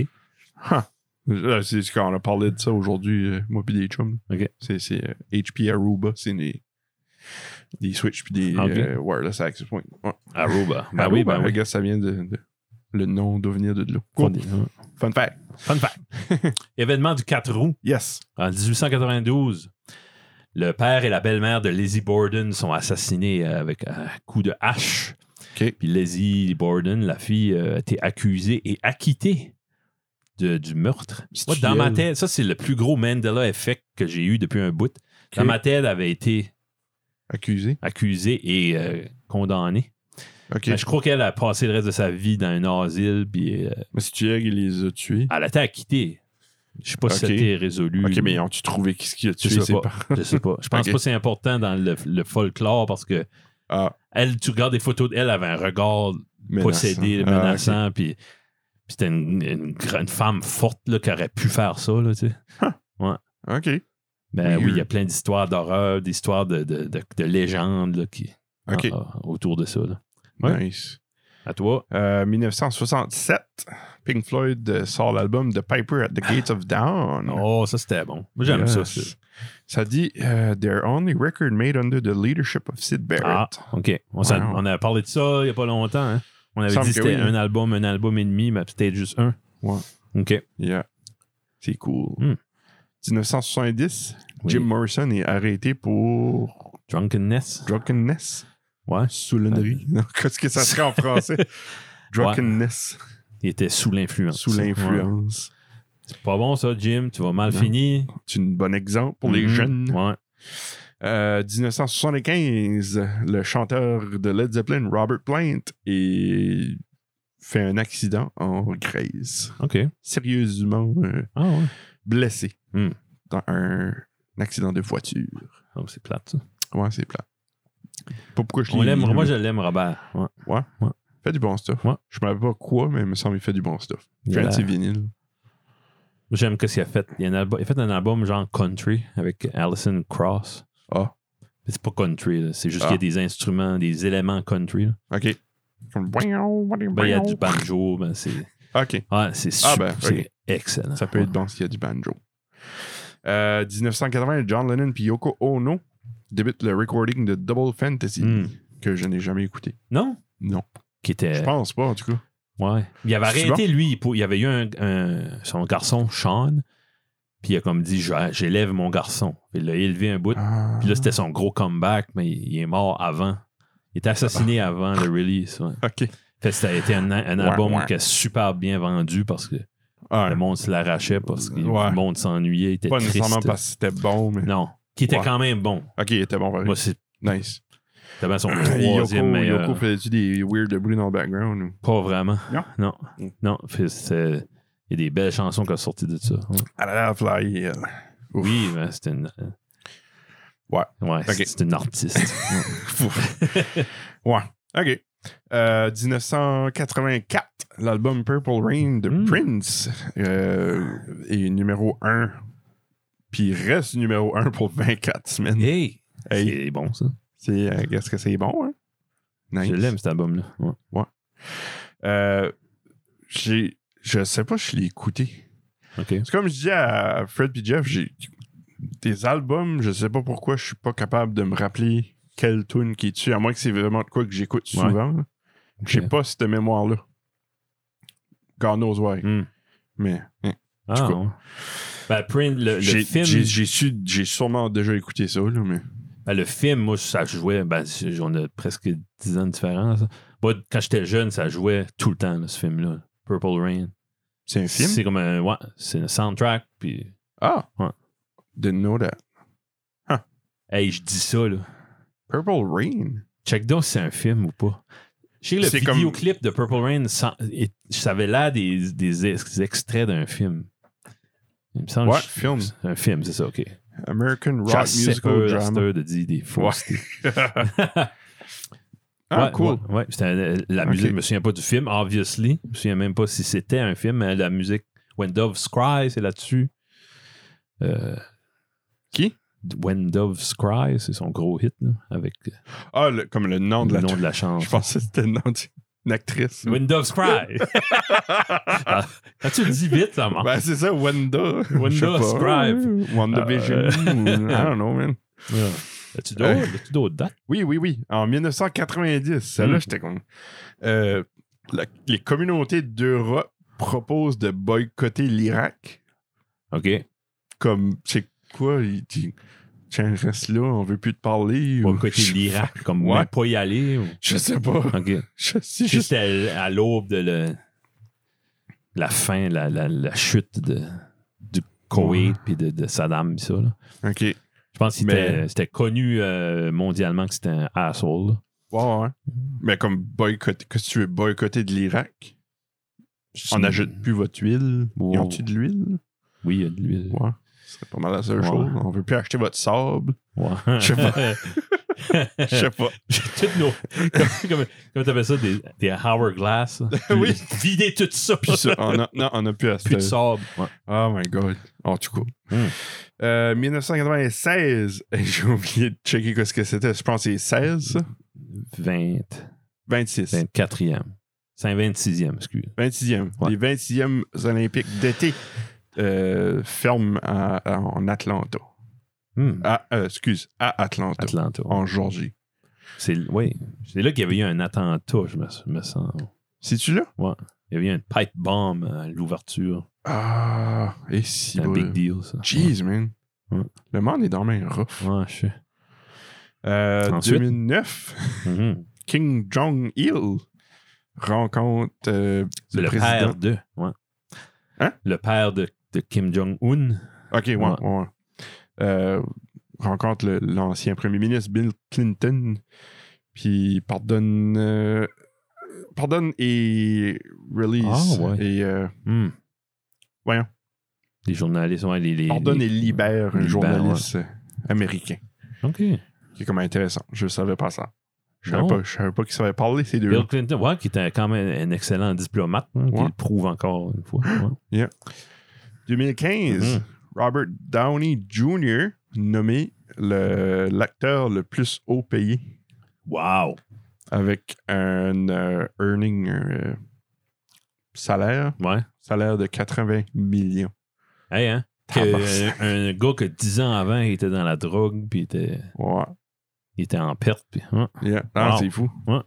Là, Euh, C'est c'est quand on a parlé de ça aujourd'hui, euh, moi pis des chums.
Ok.
C'est c'est, euh, HP Aruba, c'est des, des switches puis des
Ok.
euh, wireless access points. Ouais.
Aruba. Ben
Aruba,
oui, ben
I
oui.
guess ça vient de, de- le nom doit venir de de là.
Fun,
Cool. Fun fact. *laughs*
fun fact. Événement du 4 roues.
Yes.
En 1892, le père et la belle-mère de Lizzie Borden sont assassinés euh, avec un coup de hache.
OK.
Puis Lizzie Borden, la fille, euh, a été accusée et acquittée de- du meurtre.
C'est
Moi, dans ma
elle.
tête, ça, c'est le plus gros Mandela effect que j'ai eu depuis un bout. Dans ma tête, avait été
Accusé.
accusée et euh, condamnée.
Ok.
Mais Ben, je crois qu'elle a passé le reste de sa vie dans un asile, puis euh,
Mais si tu il les a tués.
elle a été acquittée. Je sais pas si
Ok.
c'était résolu.
ok, mais ont-tu trouvé qui ce qui a
Je
tué
sais
ses
pas.
parents?
Je sais pas. Je pense
Ok.
pas que c'est important dans le, le folklore parce que
Ah,
elle, tu regardes des photos d'elle, elle avait un regard
menaçant.
possédé,
Ah,
menaçant, puis puis c'était une, une gra- une femme forte là, qui aurait pu faire ça, là, tu sais.
ok. Ok,
Ben
Weird.
oui, il y a plein d'histoires d'horreur, d'histoires de, de, de- de légendes là, qui,
ok.
ah, ah, autour de ça. là. ouais.
Nice.
À toi.
Euh, 1967, Pink Floyd euh, sort l'album The Piper at the Gates of Dawn.
Oh, ça c'était bon. Moi j'aime
Yes.
ça, ça.
euh, Ça dit euh, Their only record made under the leadership of Sid
Ah,
Barrett.
OK. On, s'en-
Wow.
on avait parlé de ça il n'y a pas longtemps. hein. On avait
Semble
dit que
que
c'était
oui,
un
hein.
album, un album et demi, mais peut-être juste un.
Ouais.
OK.
Yeah. C'est cool.
Hmm.
1970,
Oui.
Jim Morrison est arrêté pour
Drunkenness.
drunkenness.
Ouais.
Soulonnerie. *laughs* Non, Qu'est-ce que ça serait en
*laughs*
français? Drunkenness.
Il était sous l'influence.
Sous
Ouais.
l'influence.
C'est pas bon ça, Jim. Tu vas mal
Non.
finir.
C'est un bon exemple pour les
Mhm.
jeunes.
Ouais.
Euh, 1975, le chanteur de Led Zeppelin, Robert Plant, est- fait un accident en Grèce.
OK.
Sérieusement euh,
Ah ouais.
blessé
Hmm.
dans un, un accident de voiture.
Oh, c'est plate ça. Ouais.
Ouais, c'est plat. Pas pourquoi je
On
l'ai
l'aime.
mis,
Moi
là.
je l'aime, Robert. Ouais.
Fait du bon stuff.
Ouais.
Je me rappelle pas quoi, mais il me semble qu'il fait du bon stuff.
Il
J'ai
a
un
la-
petit vinyle.
J'aime que ce qu'il a fait. Il, y a un album, il a fait un album genre country avec Alison Cross.
Ah.
Mais c'est pas country, là. c'est juste
Ah.
qu'il y a des instruments, des éléments country. là.
OK. Comme-
Ben, il y a du banjo, ben, c'est
OK.
ouais, c'est
Ah,
super-
ben, ok.
c'est excellent.
Ça peut être bon s'il y a du banjo. Euh, 1980, John Lennon puis Yoko Ono débutent le recording de Double Fantasy
Hmm. Euh,
que je n'ai jamais écouté.
Non?
Non.
Qui était.
Je pense pas, en tout cas.
Ouais. Il avait
C'est
arrêté, lui. pour- Il avait eu un, un- son garçon, Sean. Puis il a comme dit Je- J'élève mon garçon. Puis il a élevé un bout.
Ah.
Puis là, c'était son gros comeback, mais il il est mort avant. Il était assassiné avant le release. ouais.
Ah. OK.
Fait que ça a été un, un
Ah. Ouais,
album
ouais.
qui a super bien vendu parce que
Ah,
le monde se l'arrachait, parce que
Ouais.
le monde s'ennuyait, il était
pas
triste.
nécessairement parce que c'était bon, mais.
Non. Qui était
Ouais.
quand même bon.
OK, il était bon, pareil.
Moi, c'est
Nice.
c'était bien son
Et *clears throat* Yoko,
troisième meilleur.
Yoko faisait-tu des weird bruits dans le background? ou-
Pas vraiment.
Non?
Non.
Mm.
Non. Fait, c'est- il y a des belles chansons qui sont sorties de ça. Ouais.
Ah là là, Fly Hill. Ouf.
Oui, mais c'était une. euh,
Ouais.
Ouais, c'est-
Ok.
c'est
*laughs*
une artiste.
ouais. OK. Euh, 1984, l'album Purple Rain de
Hmm.
Prince euh, est numéro 1. Puis reste numéro 1 pour 24 semaines.
hey!
Hey.
C'est bon, ça.
C'est, euh, est-ce que c'est bon, hein? Nice.
Je l'aime, cet album-là. Ouais.
Euh, j'ai, je sais pas, je l'ai écouté.
OK.
C'est comme je dis à Fred et Jeff, j'ai des albums, je sais pas pourquoi je suis pas capable de me rappeler quelle tune qui est dessus, à moins que c'est vraiment de quoi que j'écoute
Ouais.
souvent. là. J'ai
Ok.
pas cette mémoire-là. God knows why.
Hmm.
Mais hein,
Ah,
cas.
ouais. Ben, Prince, le, le
j'ai,
film.
j'ai- j'ai su- j'ai sûrement déjà écouté ça, là, mais
Ben, le film, moi, ça jouait. Ben, c'est- on a presque 10 ans de différence. Moi, quand j'étais jeune, ça jouait tout le temps, là, ce film-là. Purple Rain.
c'est un film.
C'est comme un. Ouais, c'est un soundtrack. Puis,
Ah!
Ouais.
Didn't know that.
hey, je dis ça, là.
Purple Rain?
Check donc si c'est un film ou pas. Je sais que le
C'est comme-
vidéoclip de Purple Rain, ça et- ça avait l'air des, des ex- des extraits d'un film. Il me semble
Ouais,
que je-
film.
Un film, c'est ça, ok.
American Rock
J'ai assez
Musical
peur à cette
Drama.
heure de dire des faux.
Ouais.
*laughs*
*laughs* Ah,
Ouais,
cool.
ouais, ouais. C'était un- la
Ok.
musique, je me souviens pas du film, obviously. Je me souviens même pas si c'était un film, mais la musique When Doves Cry, c'est là-dessus. Euh,
Qui?
When Doves Cry, c'est son gros hit, là, avec euh,
Ah, le- comme le nom de
le
la
nom
tune.
de la chanson.
Je pensais que c'était le nom d'une actrice.
When Doves Cry. Hmm. *laughs* Ah, Quand tu le dis vite, ça marche.
Ben, c'est ça, Wanda.
Wanda,
Je sais pas.
Scribe.
WandaVision.
Euh,
ou- I don't know, man.
Ouais. As-tu d'autres as-tu d'autres dates?
Oui, oui, oui. En 1990, celle-là,
Mm.
j'étais comme. euh, la- les communautés d'Europe proposent de boycotter l'Irak.
OK.
Comme, c'est quoi? Ils disent, tiens, reste là, on veut plus te parler.
Pas
ou-
le côté de l'Irak, comme
Ouais.
même pas y aller. ou-
Je sais pas. *laughs*
OK.
Je- c'est juste.
Juste à, à l'aube de le- la fin, la, la- la chute de, du Koweït puis de, de Saddam, pis ça. là.
Ok.
Je Je pense que
Mais-
c'était- c'était connu euh, mondialement que c'était un asshole. là.
Ouais, ouais. Mais comme boycotter, que si tu veux boycotter de l'Irak,
Hmm.
on n'ajoute plus votre huile.
Wow.
Ils ont-tu de l'huile?
Oui, il y a de l'huile.
Ouais. Ce serait pas mal la seule
Ouais.
chose. On veut plus acheter votre
*laughs*
sable.
Ouais.
Je sais *laughs* Je
*laughs*
sais pas.
Toutes nos. Comme, comme, comme t'appelles ça, des, des hourglass. *laughs* là.
Oui.
Vider tout ça.
Puis ça, on a, non, on a plus
Plus de
acheter.
sable. Ah, Ouais.
Oh my god. En tout cas.
Hmm.
Euh, 1996, *laughs* j'ai oublié de checker ce que c'était. Je pense que c'est 16, ça?
20,
26.
24e. C'est un 26e, excuse.
26e.
Ouais.
Les 26e Olympiques d'été euh, ferment à- à- en Atlanta.
Hmm.
À, euh, excuse, à Atlanta,
Atlanta.
en Georgie.
C'est oui. C'est là qu'il y avait eu un attentat, je me, je me sens.
C'est-tu là?
Il y avait eu une pipe bomb à l'ouverture.
Ah, et si
C'est un
bon.
big deal, ça.
Jeez, man.
Ouais.
Le monde est dans mes rough.
Ouais, je sais.
Euh,
Ensuite?
2009,
Mhm.
King Jong-il rencontre euh,
Le,
le,
père
président.
de. Ouais.
Hein?
Le père de, de Kim Jong-un.
Ok, ouais,
Ouais.
ouais, ouais. Euh, rencontre le- l'ancien premier ministre Bill Clinton, puis pardonne, euh, pardonne et release.
Ah, ouais.
Et euh,
Hmm.
Voyons.
Les journalistes, ouais, les. les
pardonne
les-
et libère un
Libère,
journaliste américain.
OK.
qui est comme intéressant. Je savais pas ça. Je savais
Non.
pas, je savais pas qu'ils savaient parler ces deux.
Bill Clinton, ouais, qui était quand même un excellent diplomate, hein, qui
Ouais.
le prouve encore une fois. ouais.
2015,
Mhm.
Robert Downey Jr. nommé le- l'acteur le plus haut payé
Wow!
avec un euh, earning euh, salaire
Ouais.
salaire de 80 millions.
Hey, hein? Que,
Tabarnak.
un, un gars que 10 ans avant, il était dans la drogue, puis il était,
Ouais.
il était en perte. Puis, hein. ouais.
Yeah. Ah,
Wow.
c'est fou.
Ouais.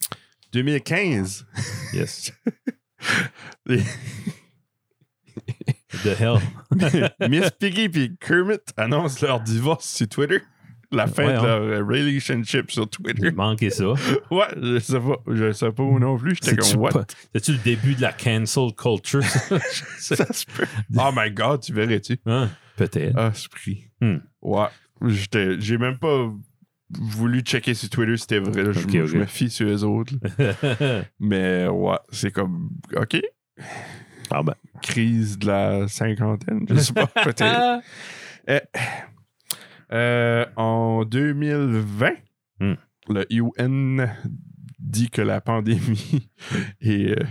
*laughs*
2015, *laughs*
Yes.
Les-
The hell.
Miss Piggy et Kermit annoncent leur divorce sur Twitter. La fin
Ouais,
de
hein.
leur euh, relationship sur Twitter. *laughs*
J'ai manqué ça.
Ouais, je sais pas. Je sais pas où non plus. J'étais
C'est-tu
comme, what?
pas- c'est-tu le début de la cancel culture?
*laughs*
ça?
Ça se peut. *laughs* Oh my god, tu verrais-tu?
Hein? Peut-être.
Ah, ce prix.
Hmm.
Ouais. J'étais- J'ai même pas voulu checker sur Twitter si c'était vrai. là. Je,
Ok,
me-
ok.
je me fie sur les autres. *laughs* là. Mais ouais, c'est comme, ok,
ah ben.
crise de la cinquantaine. Je sais *laughs* pas, peut-être.
Ah!
Euh, en 2020,
Hmm.
le UN dit que la *laughs* pandémie est, euh,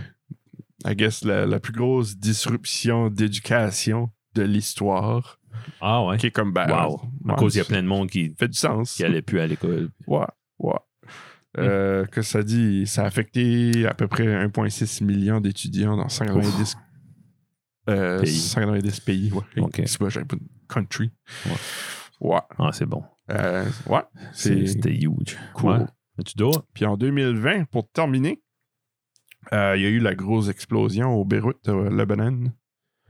I guess, la, la plus grosse disruption d'éducation de l'histoire.
Ah ouais.
Qui est comme, ben,
Wow.
ouais,
À cause, il y a
ça
plein de monde qui,
fait du sens.
qui allait plus à l'école.
Ouais, ouais. Euh, que ça dit, ça a affecté à peu près 1,6 million d'étudiants dans 190 euh,
Pays.
190 pays. ouais.
Ok.
C'est pas, j'avais pas de country. Ouais. Ouais.
Ah, c'est bon.
Euh, ouais.
C'est-
C'est
C'était huge.
cool.
Ouais. Mais Tu dois?
Puis en 2020, pour terminer, euh, il y a eu la grosse explosion au Beyrouth, euh, Lebanon.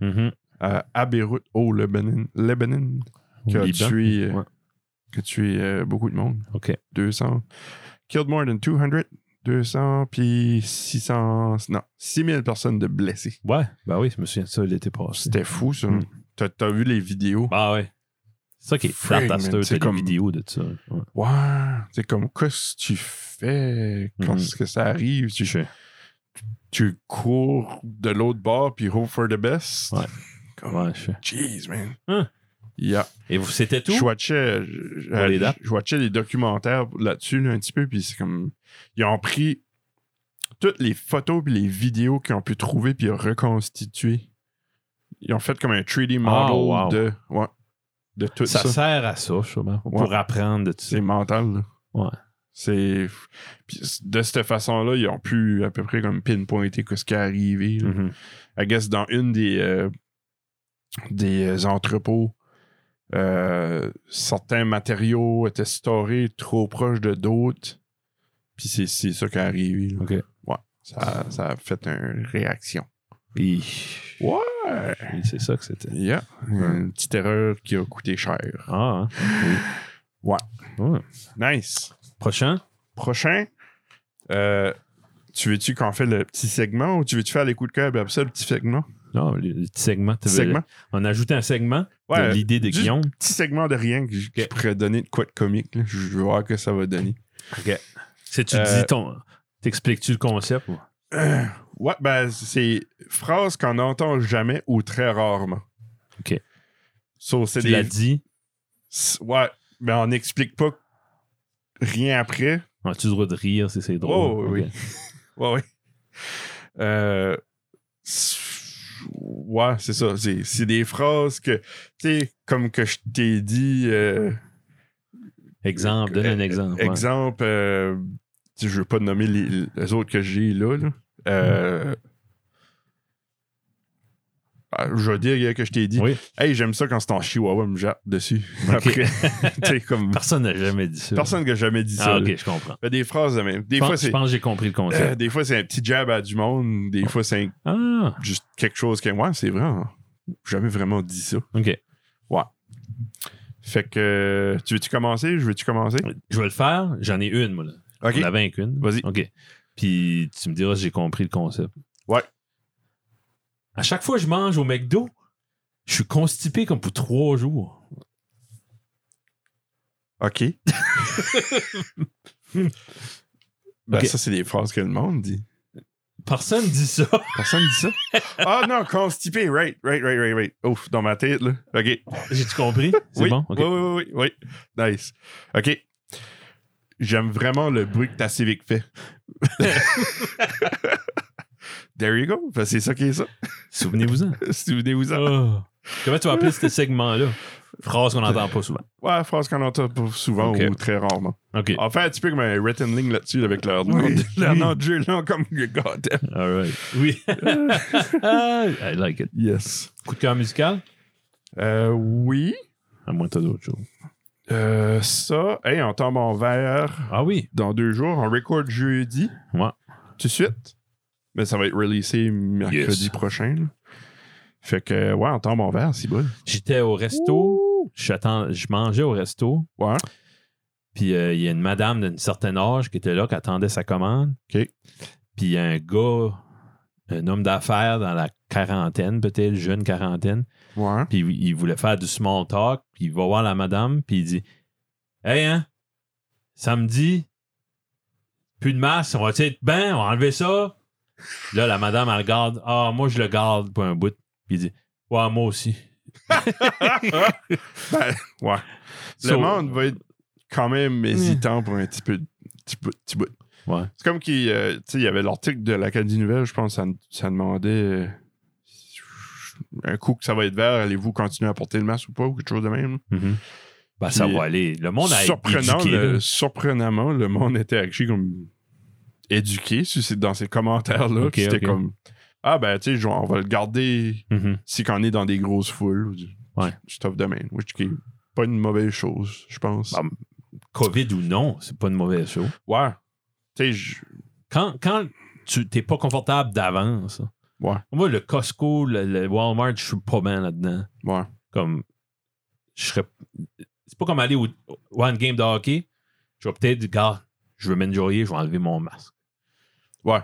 Mhm.
Euh, à Beyrouth, au Lebanon. Lebanon. Qui
Au
a
Liban.
tué, euh,
Ouais.
qui a tué, euh, beaucoup de monde.
OK.
200. Killed more than 200. 200, puis 600. Non, 6000 personnes de blessées.
Ouais. Ben oui, je me souviens de ça l'été passé.
C'était fou, ça.
Mm.
T'as, t'as vu les vidéos?
Ah ouais. C'est ça qui est
Frig, man,
fantastique.
c'est
C'est
comme-
comme vidéo de ça. Ouais.
Ouais. C'est comme, qu'est-ce que tu fais quand
Mm.
est-ce que ça arrive? Tu,
Je-
tu cours de l'autre bord, puis hope for the best.
Ouais.
Comme,
ouais, je-
Jeez, man.
Hein.
Yeah.
Et vous, c'était tout?
Je watchais, je- je-
Pour les dates.
je watchais les documentaires là-dessus là, un petit peu, puis c'est comme. Ils ont pris toutes les photos puis les vidéos qu'ils ont pu trouver, puis ils ont reconstitué. Ils ont fait comme un 3D model
Oh, wow.
de, ouais, de tout ça.
Ça, sert à ça, sûrement. Pour apprendre de tout ça.
C'est mental. là.
Ouais.
C'est. puis de cette façon-là, ils ont pu à peu près comme pinpointer ce qui est arrivé. là.
Mhm.
I guess dans une des, euh, des entrepôts, euh, certains matériaux étaient storés trop proches de d'autres. Puis c'est, c'est ça qui est arrivé. là.
OK.
Ouais, ça, ça a fait une réaction.
Puis-
Ouais!
puis c'est ça que c'était.
Yeah. Une petite erreur qui a coûté cher.
Ah, hein.
Ouais.
Ouais.
Nice.
Prochain?
Prochain, euh, tu veux-tu qu'on fait le petit segment ou tu veux-tu faire les coups de cœur? puis après ça, le Ben, petit segment.
Non, le, le petit segment.
Petit
t'avais-
segment.
On a ajouté un segment. de
Ouais,
l'idée de
juste-
Guillaume.
petit segment de rien que je, que je pourrais donner de quoi de comique. là. Je vais voir que ça va donner.
Si tu
Euh,
dis ton. T'expliques-tu le concept ou-
Euh, ouais, ben, c'est phrase qu'on n'entend jamais ou très rarement.
Ok.
So, c'est
Tu l'as
des.
dit.
c'est- Ouais, mais on n'explique pas rien après.
As-tu le droit de rire si c'est drôle?
Oh, oui,
Ok.
Ouais, ouais. Euh, s- ouais, c'est ça. C'est, c'est des phrases que, tu sais, comme que je t'ai dit, euh,
Exemple, donne un
Euh,
Eh, exemple. ouais.
exemple, euh, tu sais, je veux pas nommer les, les autres que j'ai là. là. Euh, ah, je veux dire que je t'ai dit,
Oui.
hey, j'aime ça quand c'est en chihuahua, me jappe dessus. Après, tu sais, comme
*laughs* Personne n'a jamais dit ça.
personne que j'ai jamais dit ça.
Ah,
là.
ok, je comprends.
Fait des phrases de même. Des
Je
fois,
pense, je
c'est.
pense que j'ai compris le
euh, *coughs*
concept.
des fois, c'est un petit jab à du monde. Des fois, c'est un-
Ah,
juste quelque chose que, ouais, c'est vrai. hein. J'ai Jamais vraiment dit ça.
ok.
Fait que, tu veux-tu commencer? Je veux-tu commencer?
Je vais le faire. J'en ai une, moi. Là.
Ok.
On avait qu'une.
Vas-y.
OK. Puis tu me diras si j'ai compris le concept.
Ouais.
À chaque fois que je mange au McDo, je suis constipé comme pour trois jours. *laughs*
OK. ben,
Ok.
ça, c'est des phrases que le monde dit.
Personne dit ça. *laughs*
Personne dit ça. Ah non, constipé, right, right, right, right, right. Ouf, dans ma tête, là. OK.
J'ai-tu compris? C'est
oui.
bon? OK.
oui, oui, oui, oui. Nice. OK. J'aime vraiment le bruit que ta Civic
*laughs*
fait. There you go. Fait que c'est ça qui est ça. *laughs*
Souvenez-vous-en.
Souvenez-vous-en.
Oh. Comment tu vas appeler ce segment-là? Phrase qu'on n'entend pas souvent.
Ouais, phrase qu'on entend pas souvent
Ok.
ou très rarement.
OK.
En fait, un petit peu comme un written link là-dessus là, avec leur nom,
Oui.
de- leur nom de jeu, là, comme God
All right. Oui. *laughs* I like it.
Yes.
Coup de cœur musical?
Euh, oui.
À moins que t'as d'autres choses.
Euh, ça, hey, on tombe en verre
Ah oui.
dans deux jours. On record jeudi.
Ouais.
Tout de suite. Mais ça va être releasé mercredi
Yes.
prochain. là. Fait que, ouais, on tombe en verre, c'est bon.
J'étais au resto. Je, t'attends- je mangeais au resto.
Ouais.
Puis euh, il y a une madame d'une certaine âge qui était là, qui attendait sa commande.
OK.
Puis il y a un gars, un homme d'affaires dans la quarantaine, peut-être, jeune quarantaine.
Ouais.
Puis il voulait faire du small talk. Puis il va voir la madame, puis il dit Hey, hein, samedi, plus de masque, on va être ben, on va enlever ça. Là, la madame, elle garde. Ah, moi, je le garde pour un bout. Puis il dit Ouais, moi aussi.
*laughs* Ben, ouais. Le
So-
monde va être quand même hésitant pour un petit peu. de- Petit bout, petit bout.
Ouais.
C'est comme qu'il euh, tu sais, il y avait l'article de l'Acadie Nouvelle, je pense, ça, ça demandait euh, un coup que ça va être vert, allez-vous continuer à porter le masque ou pas, ou quelque chose de même.
Mhm. Ben, ça
Puis,
va aller. Le monde a
Surprenant,
éduqué,
le-
là.
surprenamment, le monde était actually comme éduqué sur ces- dans ces commentaires-là.
Ok,
puis C'était
ok.
comme Ah ben tu sais, genre, on va le garder
Mhm.
si qu'on est dans des grosses foules.
Ouais.
Stuff de même. Which qui est pas une mauvaise chose, je pense.
Ah, COVID ou non, c'est pas une mauvaise chose.
ouais. Tu sais, je-
Quand, quand tu t'es pas confortable d'avance,
Ouais.
moi, le Costco, le, le Walmart, je suis pas bien là-dedans.
ouais.
Comme, je serais. C'est pas comme aller au, au One Game de hockey. Je vais peut-être dire, gars, je veux m'enjoyer, je vais enlever mon masque.
Ouais.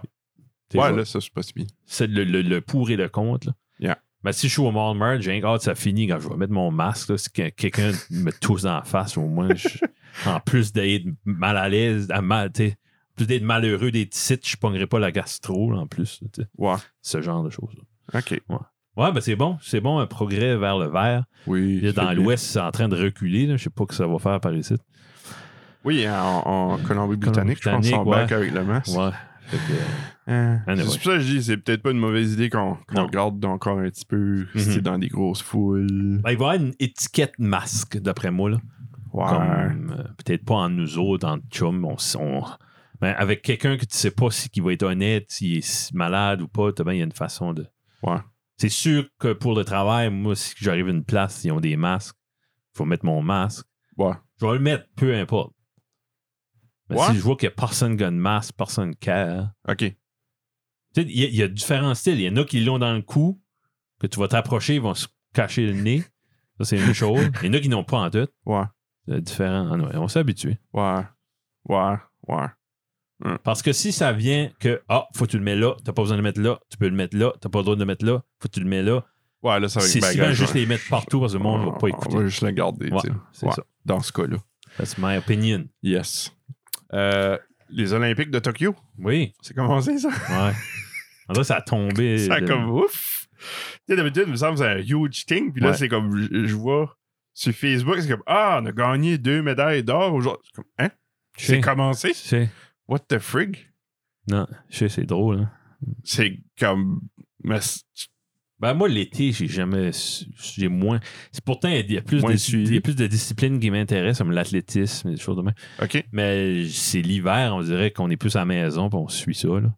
Tu sais,
ouais,
je-
là, ça, c'est pas si pire.
C'est le, le- le pour et le contre. Là.
Yeah.
Mais si je suis au Walmart, j'ai un ça finit quand je vais mettre mon masque. là, si que- quelqu'un me tousse en face, au moins, je- en plus d'être mal à l'aise, à mal, tu sais, en plus d'être malheureux des sites, je pognerai pas la gastro là, en plus. là, tu sais.
Ouais.
Ce genre de choses. là.
OK.
Ouais, ben c'est bon. C'est bon, un progrès vers le vert.
Oui.
Là, dans
c'est
l'Ouest, c'est en train de reculer. là. Je sais pas ce que ça va faire par ici.
bien. Oui, en, en Colombie-Britannique, je pense, en
Colombie-Britannique, Euh, ouais.
bac avec le masque.
Ouais. Fait que, euh,
Euh,
Anyway.
C'est pour ça que je dis, c'est peut-être pas une mauvaise idée qu'on qu'on
Non.
garde encore un petit peu si
Mhm.
t'es dans des grosses foules.
ben, il va y avoir une étiquette masque, d'après moi. Là.
Ouais.
Comme, euh, peut-être pas en nous autres, en chum, on, s- on- mais avec quelqu'un que tu sais pas si qui va être honnête, s'il est s- malade ou pas, t'as bien, il y a une façon de.
Ouais.
C'est sûr que pour le travail, moi, si j'arrive à une place, ils ont des masques, faut mettre mon masque.
Ouais.
Je vais le mettre, peu importe. Mais
Ouais.
si je vois qu'il y a personne qui a une masque, personne qui a.
OK.
Tu sais, il y, a- il y a différents styles. Il y en a qui l'ont dans le cou, que tu vas t'approcher, ils vont se cacher le nez. Ça, c'est
*laughs*
une chose. Il y en a qui n'ont pas en tout.
Ouais.
C'est différent. Ah non, on s'est habitué.
Ouais. Ouais. Ouais.
Parce que si ça vient que, ah, faut que tu le mets là, t'as pas besoin de le mettre là, tu peux le mettre là, t'as pas le droit de le mettre là, faut que tu le mets là.
Ouais, là, ça va être
C'est
bagage,
souvent juste
ouais.
les mettre partout parce que le monde ne va pas écouter.
On va juste la garder,
Ouais,
tu sais.
c'est
hein. Ouais,
ça.
Dans ce cas-là.
That's my opinion.
Yes. Euh, les Olympiques de Tokyo,
Oui,
c'est commencé, ça?
ouais. En vrai, ça a tombé.
*laughs* ça
de-
comme ouf. Tu sais, d'habitude, il me semble que c'est un huge thing. Puis là,
Ouais.
c'est comme, je, je vois sur Facebook, c'est comme, ah, on a gagné deux médailles d'or aujourd'hui. C'est comme, Hein?
Je sais,
C'est commencé?
je sais.
What the frig?
Non, je sais, c'est drôle. hein.
C'est comme. Mais c'est-
Ben, moi, l'été, j'ai jamais. su- J'ai moins. C'est pourtant, il y a plus,
Moins
de,
suivi.
il y a plus de disciplines qui m'intéressent, comme l'athlétisme et des choses de même.
OK.
Mais c'est l'hiver, on dirait qu'on est plus à la maison, puis on suit ça, là.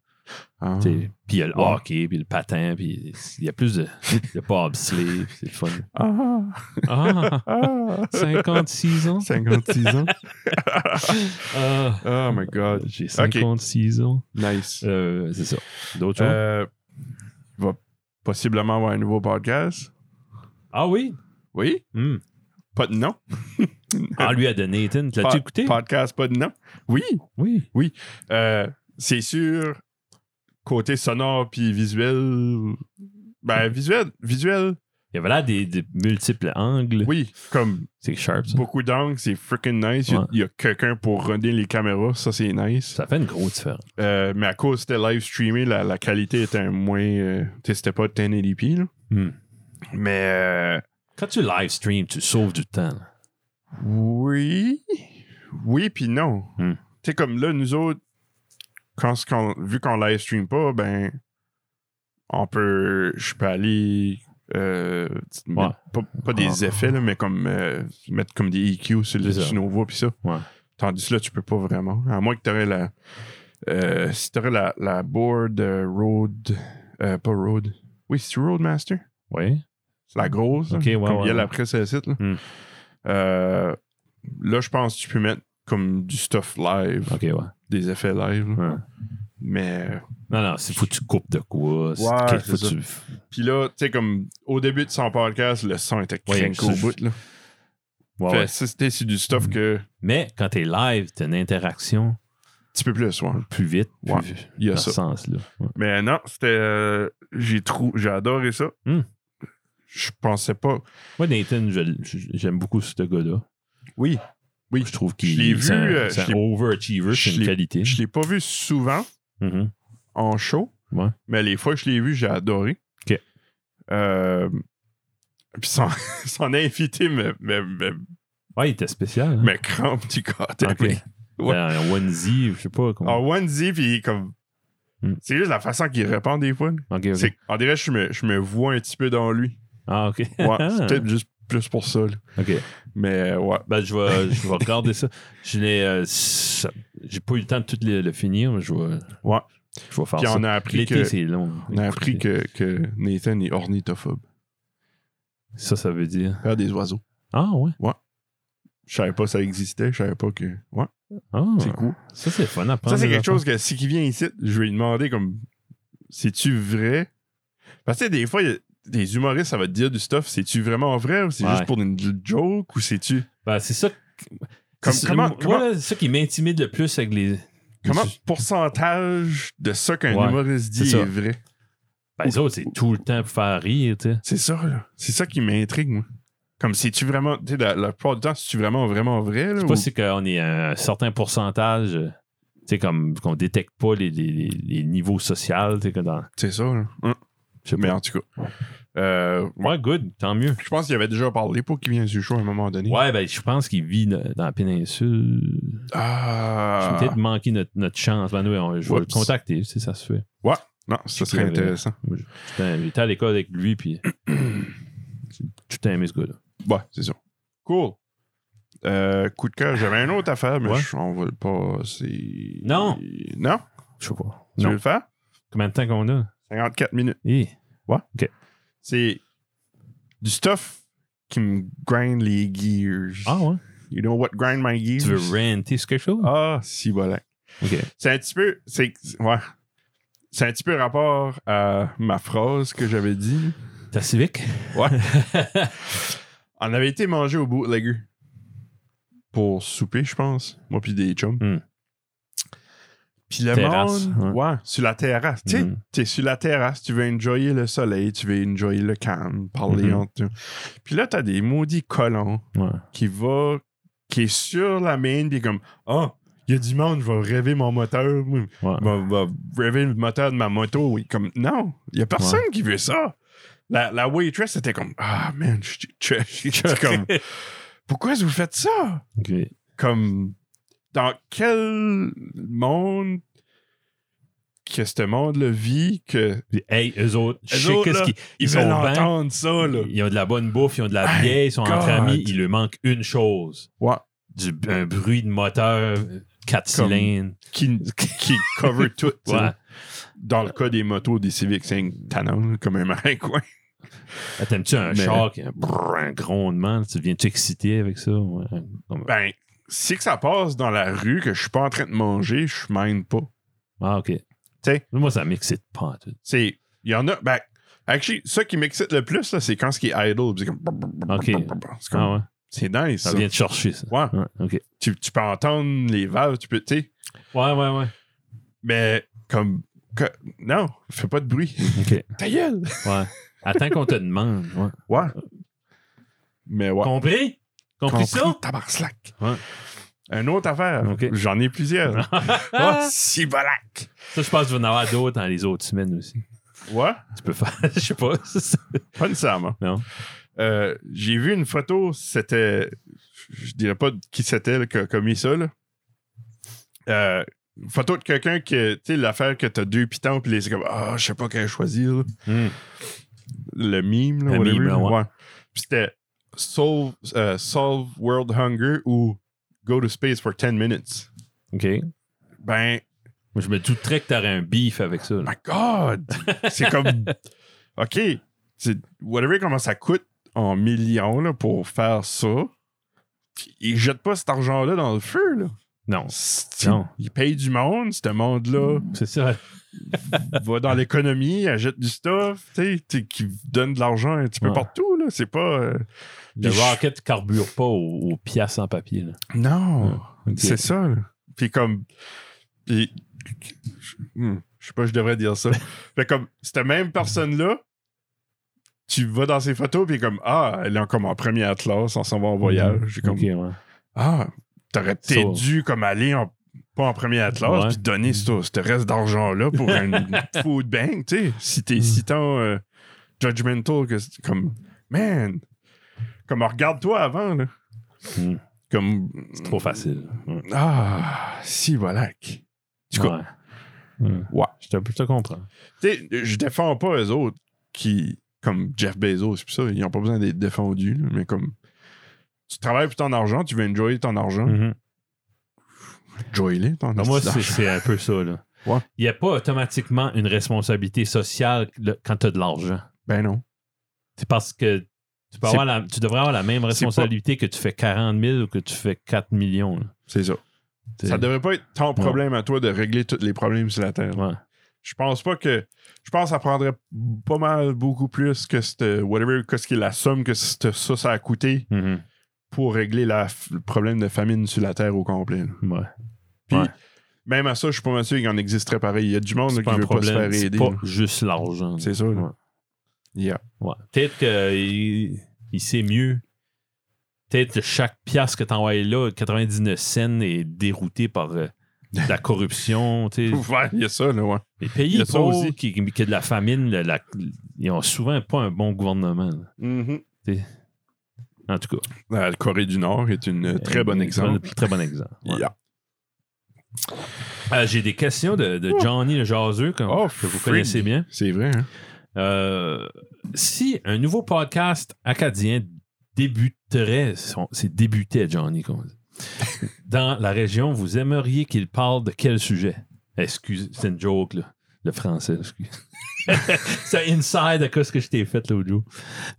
Ah.
T'sais, Puis il y a le
Ouais.
hockey, puis le patin, puis il y a plus de, de bobsleigh, puis *laughs* c'est le fun.
Ah,
Ah,
ah.
*laughs* 56 ans.
56 ans.
*laughs* Ah,
oh my god.
J'ai 56 ans.
Nice.
Euh, c'est ça. D'autres choses?
Euh, il va possiblement avoir un nouveau podcast.
ah oui?
Oui.
Hmm.
Pas de nom.
Ah, lui a donné Nathan. Tu
Pod-
L'as-tu écouté?
Podcast, pas de nom. Oui.
Oui.
Euh, c'est sûr, côté sonore puis visuel.
Hmm.
Ben, visuel, visuel,
Il y avait là des, des multiples angles.
oui. Comme
C'est sharp, ça.
beaucoup d'angles, c'est freaking nice. Il y a-
Ouais.
il y a, quelqu'un pour runner les caméras, ça c'est nice.
Ça fait une grosse différence.
Euh, mais à cause c'était live streamé, la, la qualité était moins. euh, tu sais, c'était pas 1080p, là.
Hmm.
Mais. euh,
Quand tu live stream, tu sauves du temps. là.
Oui. Oui, puis non.
Hmm.
Tu sais, comme là, nous autres, quand, ce qu'on- vu qu'on live stream pas, ben, on peut. Je peux aller. euh, mettre-
Ouais.
pas, pas des
Ah.
effets, là, mais comme euh, mettre comme des EQ sur, le,
C'est ça.
sur nos voix, puis ça.
Ouais.
Tandis que là, tu peux pas vraiment. À moins que tu aurais la. euh, si tu aurais la, la board euh, Road. euh, pas Road. Oui, c'est Roadmaster.
Oui.
C'est la grosse. là,
Ok, ouais,
comme
ouais,
il y a
ouais.
la presse à site. Là,
Hmm.
Euh, là, je pense que tu peux mettre comme du stuff live,
OK, ouais.
des effets live. là.
Ouais.
Mais. euh,
Non, non, c'est faut que tu coupes de quoi. c'est-
Ouais,
qu'il
c'est
faut
ça.
que tu-
Puis là, tu sais, comme au début de son podcast, le son était
Ouais,
crinqué au
c'est-
bout. Là.
Ouais,
Fait,
ouais.
ça, C'était c'est du stuff que.
Mais quand t'es live, t'as une interaction
Un petit peu plus, ouais.
plus vite.
Ouais,
plus,
Il y a
dans
ça.
ce sens-là. Ouais.
Mais non, c'était. euh, j'ai trou... j'ai adoré ça.
Hmm.
Je pensais pas.
Moi, Nathan, je- je- j'aime beaucoup ce gars-là.
Oui. Oui.
Je trouve
Je l'ai
qu'il
vu,
c'est un-
euh,
c'est
je
un
l'ai-
overachiever, c'est
je
une
l'ai-
qualité.
Je l'ai pas vu souvent.
Mhm.
en show.
Ouais.
Mais les fois que je l'ai vu, j'ai adoré.
OK.
Euh, puis son, *laughs* son invité me, me, me,
Ouais, il était spécial. hein. Ah,
me crampe du côté.
Ok.
Ouais.
Ben, un onesie, je sais pas comment.
En onesie, puis comme.
Hmm.
C'est juste la façon qu'il répond des fois.
Ok, ok.
Ah, C'est- On dirait que je me, je me vois un petit peu dans
*laughs*
lui.
Ah, ok.
Ouais, c'est peut-être juste plus pour ça. là.
ok.
Mais euh, ouais.
Ben, je vais, je vais regarder ça. Je n'ai, euh, ça- j'ai pas eu le temps de tout le, le finir, mais je vais,
Ouais.
je vais faire
Puis
ça.
on a appris,
L'été,
que,
c'est long.
on a appris que, que Nathan est ornithophobe.
Ça, ça veut dire.
Faire des oiseaux.
Ah, ouais.
Je savais pas ça existait. Je savais pas que. Ouais,
Ah,
c'est cool.
Ça, c'est fun à prendre.
Ça, c'est
les
quelque
enfants.
chose que si qui vient ici, je vais lui demander comme c'est-tu vrai? Parce que tu sais, des fois, il y a des humoristes, ça va te dire du stuff, c'est-tu vraiment vrai ou c'est
Ouais.
juste pour une joke ou c'est-tu.
Ben, c'est ça.
Comme-
c'est-
comment-
moi,
comment-
là, c'est ça qui m'intimide le plus avec les.
Comment pourcentage de ça qu'un
Ouais,
humoriste dit
c'est
est,
ça.
vrai?
Ben, les autres, c'est tout le temps pour faire rire, tu sais.
C'est ça, là. C'est ça qui m'intrigue, moi. Comme c'est-tu vraiment. Tu sais, la, la plupart du temps, c'est-tu vraiment, vraiment vrai? Là,
Je sais
ou-
pas si c'est qu'on est à un certain pourcentage, euh, tu sais, comme qu'on détecte pas les, les- les- les niveaux sociaux, tu sais, que dans.
C'est ça, là. Hein.
Je sais
Mais
pas.
en tout cas. euh, ouais,
Ouais, good, tant mieux.
Je pense qu'il avait déjà parlé pour qu'il vienne sur le show à un moment donné.
Ouais, ben, je pense qu'il vit dans dans la péninsule. J'ai
Ah.
peut-être manqué notre, notre chance. Ben, oui, on- je vais le
Oups.
contacter si ça se fait.
Non, ça serait
qu'il avait-
intéressant.
Moi, je- j'étais- J'étais à l'école avec lui, puis *clears throat* j'ai tout aimé ce gars-là.
Ouais, c'est ça. Cool. Euh, coup de cœur, j'avais une autre affaire, mais
Ouais.
je- on va le passer.
Non.
Non?
Je sais pas.
Tu
Non.
veux le faire?
Combien de temps qu'on a? Eh.
54 minutes.
Hé,
C'est du stuff qui me grind les gears.
Ah ouais?
You know what grind my gears?
Tu veux ranter sur quelque chose?
Ah, si, voilà.
OK.
C'est un petit peu. C'est ouais. C'est un petit peu rapport à ma phrase que j'avais dit.
T'as civique? *laughs*
Ouais. On avait été manger au bootlegger pour souper, je pense. Moi, puis des chums.
Hmm.
Puis le
Terrasse,
monde, ouais. sur la terrasse. Tu sais,
Mhm.
t'es sur la terrasse, tu veux enjoyer le soleil, tu veux enjoyer le calme, parler
Mhm.
entre nous. Puis là, t'as des maudits colons
Ouais.
qui va, qui est sur la main, puis comme, oh, il y a du monde, je vais rêver mon moteur, moi.
Ouais. *laughs*
va, va rêver le moteur de ma moto. Oui, comme, non, il y a personne qui veut ça. La, la waitress était comme, ah, man, je suis trash. J'étais
*laughs*
comme, pourquoi est-ce que vous faites ça?
Ok.
comme dans quel monde que ce monde-là vit que
Puis, hey, eux autres, je
Eux
sais
autres,
qu'est-ce
là,
qu'ils
ils
ils
veulent
sont bien.
entendre ça là.
Ils ont de la bonne bouffe, ils ont de la
Hey,
bière, ils sont entre
God.
amis. Il leur manque une chose
Ouais.
du, un bruit de moteur 4
Comme-
cylindres.
Qui, *laughs* qui cover tout. tu sais.
Ouais.
Dans le cas des motos des Civic 5 Tanon, comme un marin coin.
Ah, T'aimes-tu un
Mais-
char qui a un, brrr, un grondement? Tu viens t'exciter avec ça? Ouais. Comme-
Ben, si que ça passe dans la rue que je suis pas en train de manger, je m'aime pas.
Ah, ok.
sais.
Moi, ça m'excite pas en tout.
C'est. Il y en a. Ben, actually, ça qui m'excite le plus, là, c'est quand ce qui est idle. puis C'est comme.
Ok.
C'est comme-
Ah ouais?
c'est nice.
Ça
ça.
vient te chercher, ça.
Ouais.
Ouais, ok.
Tu, tu peux entendre les valves, tu peux. Tu sais,
Ouais, ouais, ouais.
Mais comme. que- non, fais pas de bruit.
Ok.
Ta gueule!
Ouais. Attends qu'on te demande. ouais.
Ouais. Mais ouais.
Compris? Compris, ça?
Tabar slack.
Ouais.
Une autre affaire.
Ok.
J'en ai plusieurs. oh,
*laughs* Ah!
cibolac!
Ça, je pense qu'il va y en avoir d'autres dans les autres semaines aussi.
Ouais,
Tu peux faire, *laughs* je sais pas.
pas nécessairement.
Non.
Euh, J'ai vu une photo, c'était. Je dirais pas qui c'était là, qui a commis ça, là. Euh, une photo de quelqu'un que. Tu sais, l'affaire que t'as deux pitons, puis les c'est comme. Ah, je sais pas quel choisir, là. le mime, là,
Hmm. Le
whatever,
meme, là, ouais.
Puis c'était solve, euh, solve World Hunger ou Go to Space for 10 minutes.
OK.
Ben,
Moi, je me douterais que t'aurais un beef avec ça. là.
my God! C'est
*laughs*
comme. OK. c'est- Whatever comment ça coûte en millions là, pour faire ça, ils jettent pas cet argent-là dans le feu. Là.
Non.
C'est-
Non.
Ils payent du monde, ce
*laughs*
monde-là
C'est ça.
va dans l'économie, achète du stuff, tu sais, tu- qui donne de l'argent un petit peu
Ouais.
partout. là. C'est pas. euh,
Le
Puis je-
rocket carbure pas aux, aux piastres en papier. Là.
Non!
Ouais. OK.
C'est ça. là. Puis comme. Puis. je- hmm, je sais pas, je devrais dire
Ben.
ça. Fait comme, cette même personne-là, tu vas dans ses photos, puis comme, ah, elle est en- comme en première classe, on s'en va en voyage. J'ai comme,
Hmm, OK, ouais.
ah, t'aurais peut-être
Ça.
dû comme aller en- pas en première classe,
Ouais.
puis donner ce, ce reste d'argent-là
*laughs*
pour un food bank, tu sais. Si t'es
Mm.
si tant euh, judgmental que c'est comme, man, comme, regarde-toi avant, là.
Mm.
Comme,
Trop facile.
Mm-hmm.
Ouais.
ah, si, voilà. Du coup,
Ouais.
Ouais.
Je te, je te comprends.
tu sais, je défends pas eux autres qui, comme Jeff Bezos, pis ça, ils n'ont pas besoin d'être défendus, là, mais comme tu travailles pour ton argent, tu veux enjoyer ton argent, enjoy-le, ton
Mm. Ben, moi,
argent. *laughs*
c'est c'est un peu ça. Là.
Ouais.
Il n'y a pas automatiquement une responsabilité sociale le- quand tu as de l'argent.
Ben non.
C'est parce que tu, peux
C'est-
avoir la- tu devrais avoir la même responsabilité que tu fais 40 000 ou que tu fais 4 millions. là.
C'est ça.
T'sais,
Ça devrait pas être ton problème à toi de régler tous les problèmes sur la Terre.
ouais.
Je pense pas que. Je pense que ça prendrait pas mal beaucoup plus que cette. Whatever, qu'est-ce qui est la somme que cette- ça, ça a coûté
Mhm.
pour régler la f- le problème de famine sur la Terre au complet. là.
Ouais.
Puis,
Ouais.
même à ça, je suis pas mal sûr qu'il en existerait pareil. Il y a du monde là,
C'est
qui
pas un
veut
problème.
pas se faire
c'est
aider.
pas
là.
juste l'argent.
C'est ça. là.
Ouais.
Yeah.
Ouais. Peut-être qu'il il sait mieux. Peut-être que chaque pièce que tu envoies là, 99 cents est déroutée par euh, de
*laughs*
la corruption. tu sais.
*laughs* Ouais, il y a ça, là, ouais.
Les
Il y
pays
a ça
pauvres
aussi.
Qui, qui- qui ont de la famine, le- la- ils ont souvent pas un bon gouvernement. là. En tout cas.
Euh, La Corée du Nord est une euh, très bon
Euh,
exemple.
Très bon exemple. ouais.
Yeah.
Euh, J'ai des questions de, de Johnny le jaseux que,
Oh,
que vous
Freddy.
connaissez bien.
C'est vrai, hein?
Euh, si un nouveau podcast acadien débuterait, son- c'est débutait, Johnny, qu'on dit, *laughs* dans la région, vous aimeriez qu'il parle de quel sujet? Excuse, c'est une joke, là. Le français, excuse. *laughs* c'est inside à cause que je t'ai fait l'autre jour.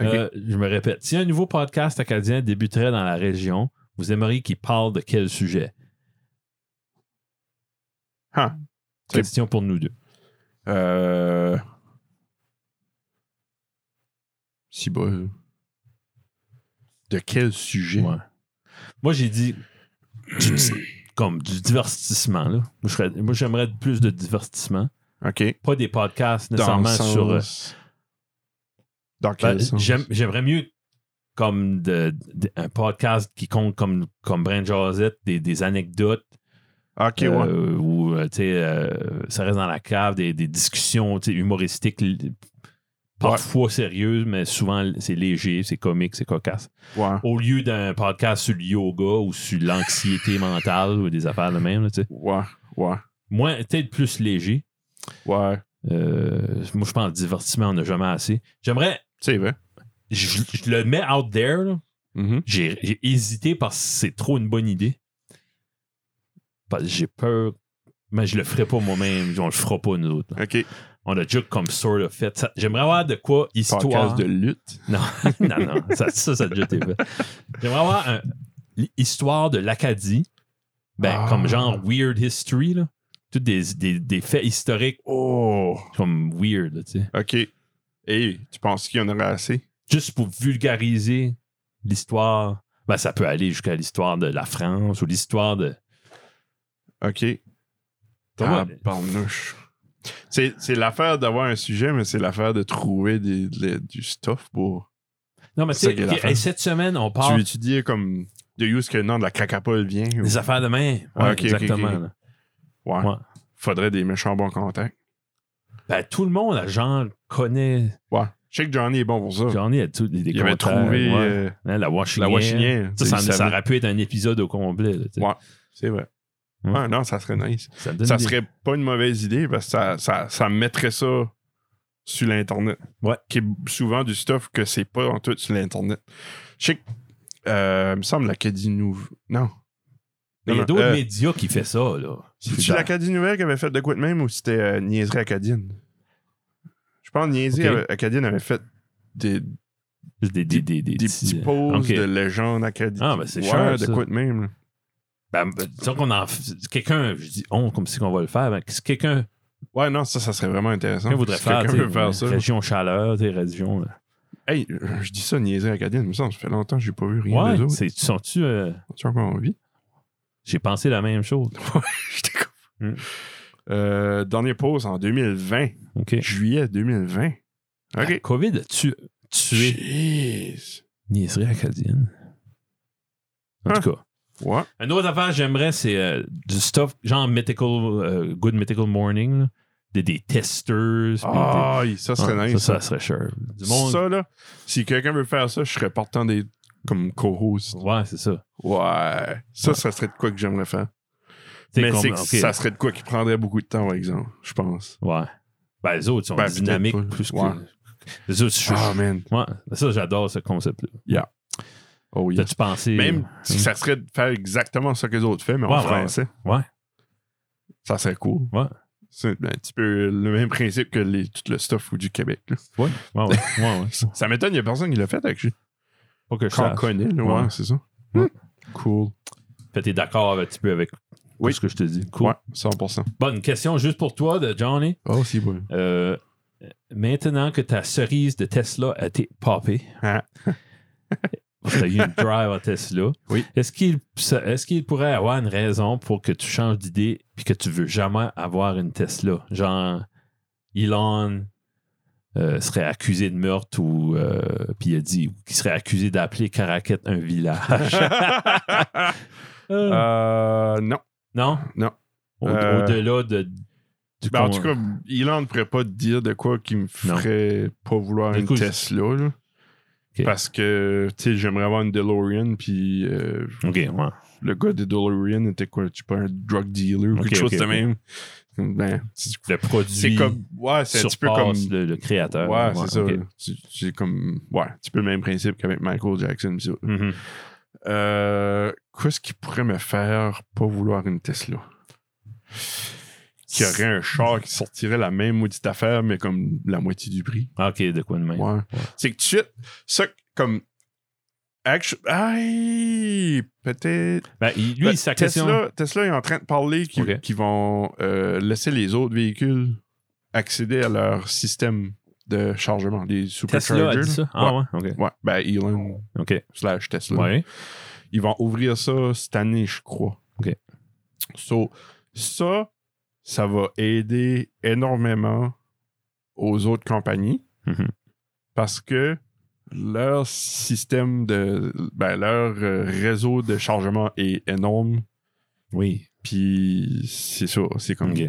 Euh, je me répète. Si un nouveau podcast acadien débuterait dans la région, vous aimeriez qu'il parle de quel sujet?
Huh.
Question pour nous deux.
Euh... Si bas. là. De quel sujet?
Ouais. Moi, j'ai dit comme du divertissement. Là. Moi, je serais- Moi, j'aimerais plus de divertissement.
OK.
Pas des podcasts
Dans le
nécessairement
sens...
sur. euh,
Dans quel
ben,
sens?
j'aime- J'aimerais mieux comme de, de- un podcast qui compte comme, comme Brand Josette, des, des anecdotes.
OK,
euh,
ouais.
Ou, euh, tu sais, euh, ça reste dans la cave, des, des discussions tu sais, humoristiques, l- parfois sérieuses, mais souvent c'est léger, c'est comique, c'est cocasse.
Ouais.
Au lieu d'un podcast sur le yoga ou sur l'anxiété mentale ou des affaires de même, là, tu sais.
Ouais. Ouais.
Moins, peut-être plus léger.
Ouais.
Euh, moi, je pense que le divertissement, on n'a jamais assez. J'aimerais,
C'est vrai.
je, je le mets out there, là,
Mhm.
J'ai j'ai hésité parce que c'est trop une bonne idée. Parce que j'ai peur. Mais je le ferai pas moi-même. On le fera pas nous autres.
OK.
On a déjà comme sort of fait. Ça- J'aimerais avoir de quoi histoire.
Podcast de lutte.
Non, *laughs* non, non. Ça, ça, ça a déjà été fait. J'aimerais avoir un- l'histoire de l'Acadie. Ben,
Ah.
comme genre weird history, là. Toutes des, des- des faits historiques
Oh.
comme weird, là, tu sais.
OK. Et tu penses qu'il y en aurait assez?
juste pour vulgariser l'histoire. Ben, ça peut aller jusqu'à l'histoire de la France ou l'histoire de.
OK. Ah,
Comment-
Tabarnouche. C'est c'est l'affaire d'avoir un sujet, mais c'est l'affaire de trouver des- des- du stuff pour...
Non, mais
C'est ça
tu
qui est
sais,
la
ok,
fin.
hey, cette semaine, on parle
Tu étudies comme de où est-ce que le nom de la cacapole vient. ou-
des affaires de main. Ouais,
Ah, ok, ok,
exactement.
ok.
là.
Ouais.
Ouais.
Faudrait des méchants bons contacts.
Ben, tout le monde, là, genre, connaît.
Ouais. Je sais que Johnny est bon pour ça.
J'en ai à tous les des
Ah. Il avait
contacts,
trouvé
ouais.
euh,
Hein, la Washington.
la Washington.
Ça, ça, ça aurait pu être un épisode au complet. là, tu sais.
Ouais. C'est vrai.
Ouais.
Ouais, non, ça serait nice.
Ça, me donne
Ça
des-
serait pas une mauvaise idée parce que ça, ça, ça mettrait ça sur l'Internet.
Ouais.
Qui est souvent du stuff que c'est pas en tout sur l'Internet. Je sais que. euh, il me semble l'Acadie Nouvelle. Non.
Mais
Non,
Il y a
non,
d'autres
euh,
médias qui font ça. Là.
C'est-tu l'Acadie Nouvelle qui avait fait de quoi de même ou c'était euh, Niaiserie Acadienne? Je pense que Niaiserie
Ok.
Acadienne avait fait des,
Des, des, des, euh, des,
des petits poses
Ok.
de légende acadienne.
Ah, ben, c'est
Ouais,
cher,
de
ça.
quoi de même. là.
Ben, ben, disons qu'on en. f- Quelqu'un, je dis on, comme si qu'on va le faire. Ben, si quelqu'un
Ouais, non, ça, ça serait vraiment intéressant.
Quelqu'un voudrait
Si
faire,
Quelqu'un
t'sais,
veut faire ça.
Région chaleur, t'sais, région. là.
Hey, euh, je dis ça, niaiser acadienne, mais ça, ça fait longtemps que j'ai pas vu rien d'eux
Ouais,
autres.
c'est, sont-tu. euh,
Tu vois quoi on
*laughs*
vit?
j'ai pensé la même chose.
Je t'écoute. Euh, dernière pause en 2020,
OK.
juillet 2020.
La
Ok.
COVID a tu, tué
Jeez.
niaiserie acadienne. En
Hein?
tout cas.
Ouais.
Une autre affaire que j'aimerais, c'est euh, du stuff genre Mythical, euh, Good Mythical Morning, là. Des, des testers. pis
Ah, ça
des-
serait
Ouais,
nice.
Ça, ça serait cher. Du monde.
Ça, là, si quelqu'un veut faire ça, je serais partant des comme co-host.
Ouais, c'est ça.
Ouais. Ça, ça serait de quoi que j'aimerais faire.
T'sais,
mais
comme-
c'est que
ok.
ça serait de quoi qui prendrait beaucoup de temps, par exemple, je pense.
Ouais. Ben, les autres sont
Ben, peut-être
dynamiques
pas.
plus que.
Ouais.
Les autres, je-
Ah, man.
ouais. Ça, j'adore ce concept-là.
Oh, yeah.
T'as-tu pensé.
Même
euh,
si ça serait de faire exactement ce que les autres font, mais
Ouais,
en
ouais.
français.
Ouais.
Ça serait cool.
Ouais.
C'est un petit peu le même principe que les- tout le stuff ou du Québec. là.
Ouais, ouais, ouais. ouais, ouais.
Ça m'étonne, il n'y a personne qui l'a fait avec
Pas que je
Qu'on
sache.
connaît, là, ouais,
Ouais.
c'est ça.
Ouais.
Hmm. Cool.
Fait que t'es d'accord un petit peu avec
Oui.
tout ce que je te dis. Cool. Ah,
Ouais, 100%.
Bonne question juste pour toi de Johnny.
Oh, c'est bon.
Euh, maintenant que ta cerise de Tesla a été popée,
Ah.
*laughs* parce que t'as eu une drive à Tesla,
Oui.
est-ce qu'il est qu'il pourrait avoir une raison pour que tu changes d'idée puis que tu veux jamais avoir une Tesla? Genre, Elon euh, serait accusé de meurtre ou euh, puis il a dit qu'il serait accusé d'appeler Caracat un village. Euh,
*laughs* *laughs* Euh, non.
Non?
Non.
Au-
Euh,
Au-delà de. Du
Ben, en
con-
tout cas, Elon ne pourrait pas te dire de quoi qui me ferait pas vouloir
Du
une
coup, je-
Tesla. là.
Ok.
Parce que, tu sais, j'aimerais avoir une DeLorean, puis euh,
Ok, ouais.
le gars des DeLorean était quoi, tu sais pas, un drug dealer ou
Ok,
quelque chose
ok,
de
ok.
même. Ben, c'est-
Le produit.
c'est comme, ouais, c'est un petit peu comme,
surpasse Le, le créateur.
ouais, c'est ça.
ok.
là. Tu- C'est comme, ouais, un petit peu le même principe qu'avec Michael Jackson. pis ça.
Mhm.
Euh, Qu'est-ce qui pourrait me faire pas vouloir une Tesla? Qu'il y aurait un char qui sortirait la même maudite affaire, mais comme la moitié du prix.
Ah, Ok, de quoi de même.
Ouais. C'est que tu ça, comme. actu- Aïe, peut-être.
Ben, il- lui,
Ben,
sa question.
Tesla, Tesla est en train de parler qu'ils
Ok.
qu'ils vont euh, laisser les autres véhicules accéder à leur système de chargement, les
Tesla a
superchargers.
dit ça. Ah ouais, ok.
là. Ouais, ben Elon
Ok.
slash Tesla.
Ouais.
Ils vont ouvrir ça cette année, je crois.
Ok.
So, ça, ça va aider énormément aux autres compagnies
Mhm.
parce que leur système de. ben, leur euh, réseau de chargement est énorme.
Oui.
Puis c'est ça, c'est comme.
OK.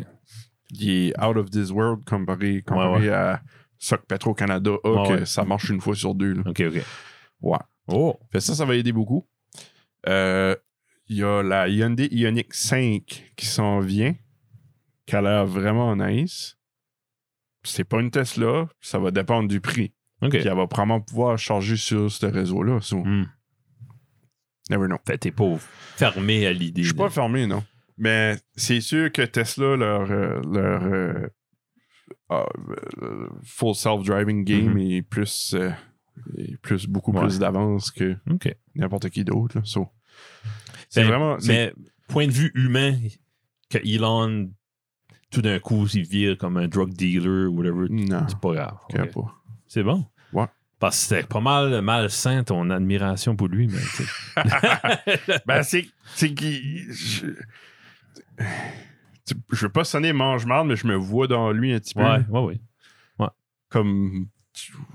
Il est out of this world comparé, comparé
Ouais, ouais.
à Soc Petro Canada, A,
Ouais,
que
ouais.
ça marche une fois sur deux. là.
OK, OK.
Ouais.
Oh.
Fait ça, ça va aider beaucoup. Euh, Il y a la Hyundai Ioniq 5 qui s'en vient, qui a l'air vraiment nice. C'est pas une Tesla, ça va dépendre du prix.
OK.
Puis elle va probablement pouvoir charger sur ce réseau-là. so,
Hmm.
Never know.
Fait, T'es pauvre. Fermé à l'idée.
Je suis pas fermé, non. Mais c'est sûr que Tesla, leur, euh, leur euh, ah, euh, full self-driving game est plus, euh, est plus beaucoup
Ouais.
plus d'avance que
OK.
n'importe qui d'autre. là, so. C'est
Ben,
vraiment. c'est-
Mais point de vue humain, que Elon, tout d'un coup, s'il vire comme un drug dealer ou whatever,
Non,
c'est pas grave.
je
OK.
sais pas.
C'est bon.
Ouais.
Parce que c'était pas mal malsain ton admiration pour lui. Mais, tu
*laughs*
sais. *laughs*
Ben, c'est c'est qu'il. Je... tu- je veux pas sonner mange-marde, mais je me vois dans lui un petit peu.
ouais, ouais, ouais.
Comme. Ouais. *laughs*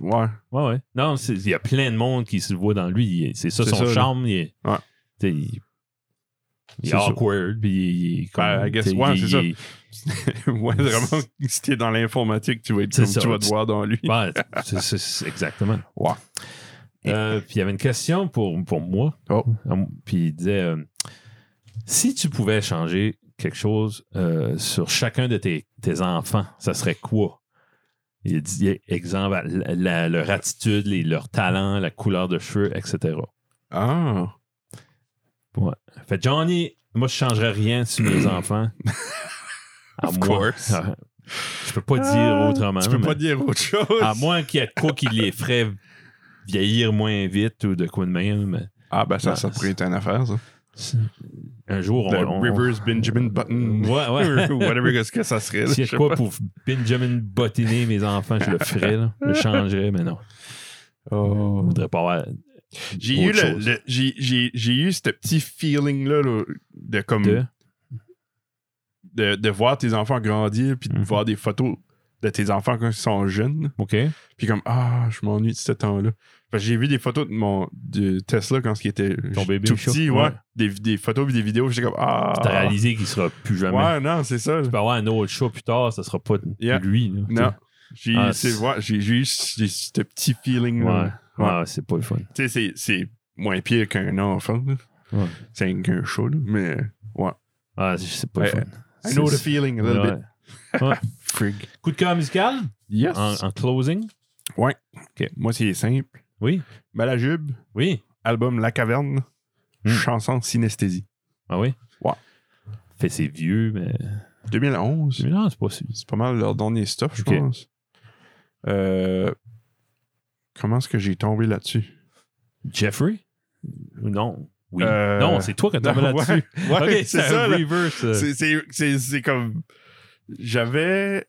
Ouais, ouais. Non, c'est- il y a plein de monde qui se voit dans lui. Il est- C'est ça,
C'est
son
ça, là.
charme. Il est,
Ouais.
tu sais, il, il est
C'est ça.
awkward. Puis il, il est comme,
Ben, I guess,
tu sais,
ouais,
il-
c'est ça.
il-
ouais, vraiment, si t'es dans l'informatique, tu vas être
C'est
comme
ça,
tu vas te
tu-
voir dans lui.
ouais, c'est- c'est- c'est exactement.
Ouais.
Euh, puis il y avait une question pour, pour moi.
Oh.
Euh, Puis il disait euh, si tu pouvais changer quelque chose euh, sur chacun de tes, tes enfants, ça serait quoi Il dit exemple, la- la- leur attitude, les, leur talent, la couleur de cheveux, etc.
Ah.
Fait Johnny, moi je changerais rien
*clears throat*
sur mes enfants. À
Of
moi.
course.
Ah, *laughs* Je peux pas
Ah,
dire autrement.
Tu peux
mais-
pas dire autre chose.
À moins qu'il y ait de quoi qui les ferait vieillir moins vite ou de quoi de même. mais
Ah, ben ça,
Ouais.
ça pourrait être une affaire, ça.
Un jour, on.
Le
on-
reverse Benjamin Button.
Ouais,
*laughs*
ouais.
Ou Whatever ce que ça serait. là,
*laughs* S'il y a
je sais
de quoi
pas.
pour Benjamin bottiner mes enfants, je le ferais. là. Je le changerais, mais non. Je
Oh.
voudrais pas avoir.
J'ai eu,
autre
le,
chose.
le- j'ai, j'ai- j'ai eu ce petit feeling-là là, de comme
de-
de... De, voir tes enfants grandir puis de
Mhm.
voir des photos de tes enfants quand ils sont jeunes.
OK.
Puis comme Ah, je m'ennuie de ce temps-là. Parce que j'ai vu des photos de mon de Tesla quand il était
Ton bébé,
tout
chaud.
petit, ouais.
Ouais.
Des, des photos puis des vidéos, j'étais comme Ah.
T'as réalisé qu'il sera plus jamais.
Ouais, non, c'est ça. là.
Tu peux avoir un autre chat plus tard, ça sera pas
Yeah.
lui. là.
Non. J'ai,
Ah,
c'est,
c'est-
ouais, j'ai, j'ai eu ce- j'ai ce petit feeling-là.
Ouais. Ouais, ouais, c'est pas le fun.
Tu sais, c'est, c'est moins pire qu'un enfant. là.
Ouais.
C'est qu'un chat, là, mais ouais.
Ah, c'est pas le
Ouais.
fun.
I know the
C'est-
feeling a little
Ouais.
bit. Frig.
Coup de cœur musical
Yes.
en, en closing.
Moi, c'est simple.
Oui.
Malajube,
Oui.
album La Caverne,
Hmm.
chanson Synesthésie.
Ah oui?
Ouais.
Fait, c'est vieux, mais.
2011.
Mais non, c'est pas si-
C'est pas mal leur dernier stuff, je
Ok.
pense. Euh, comment est-ce que j'ai tombé là-dessus?
Jeffrey? Non. Oui.
Euh,
Non, c'est toi qui as *laughs* tombé
Non,
là-dessus.
*laughs* ouais, ouais,
ok,
c'est
c'est
ça.
un
là.
reverse. euh.
C'est- c'est- C'est c'est comme. J'avais.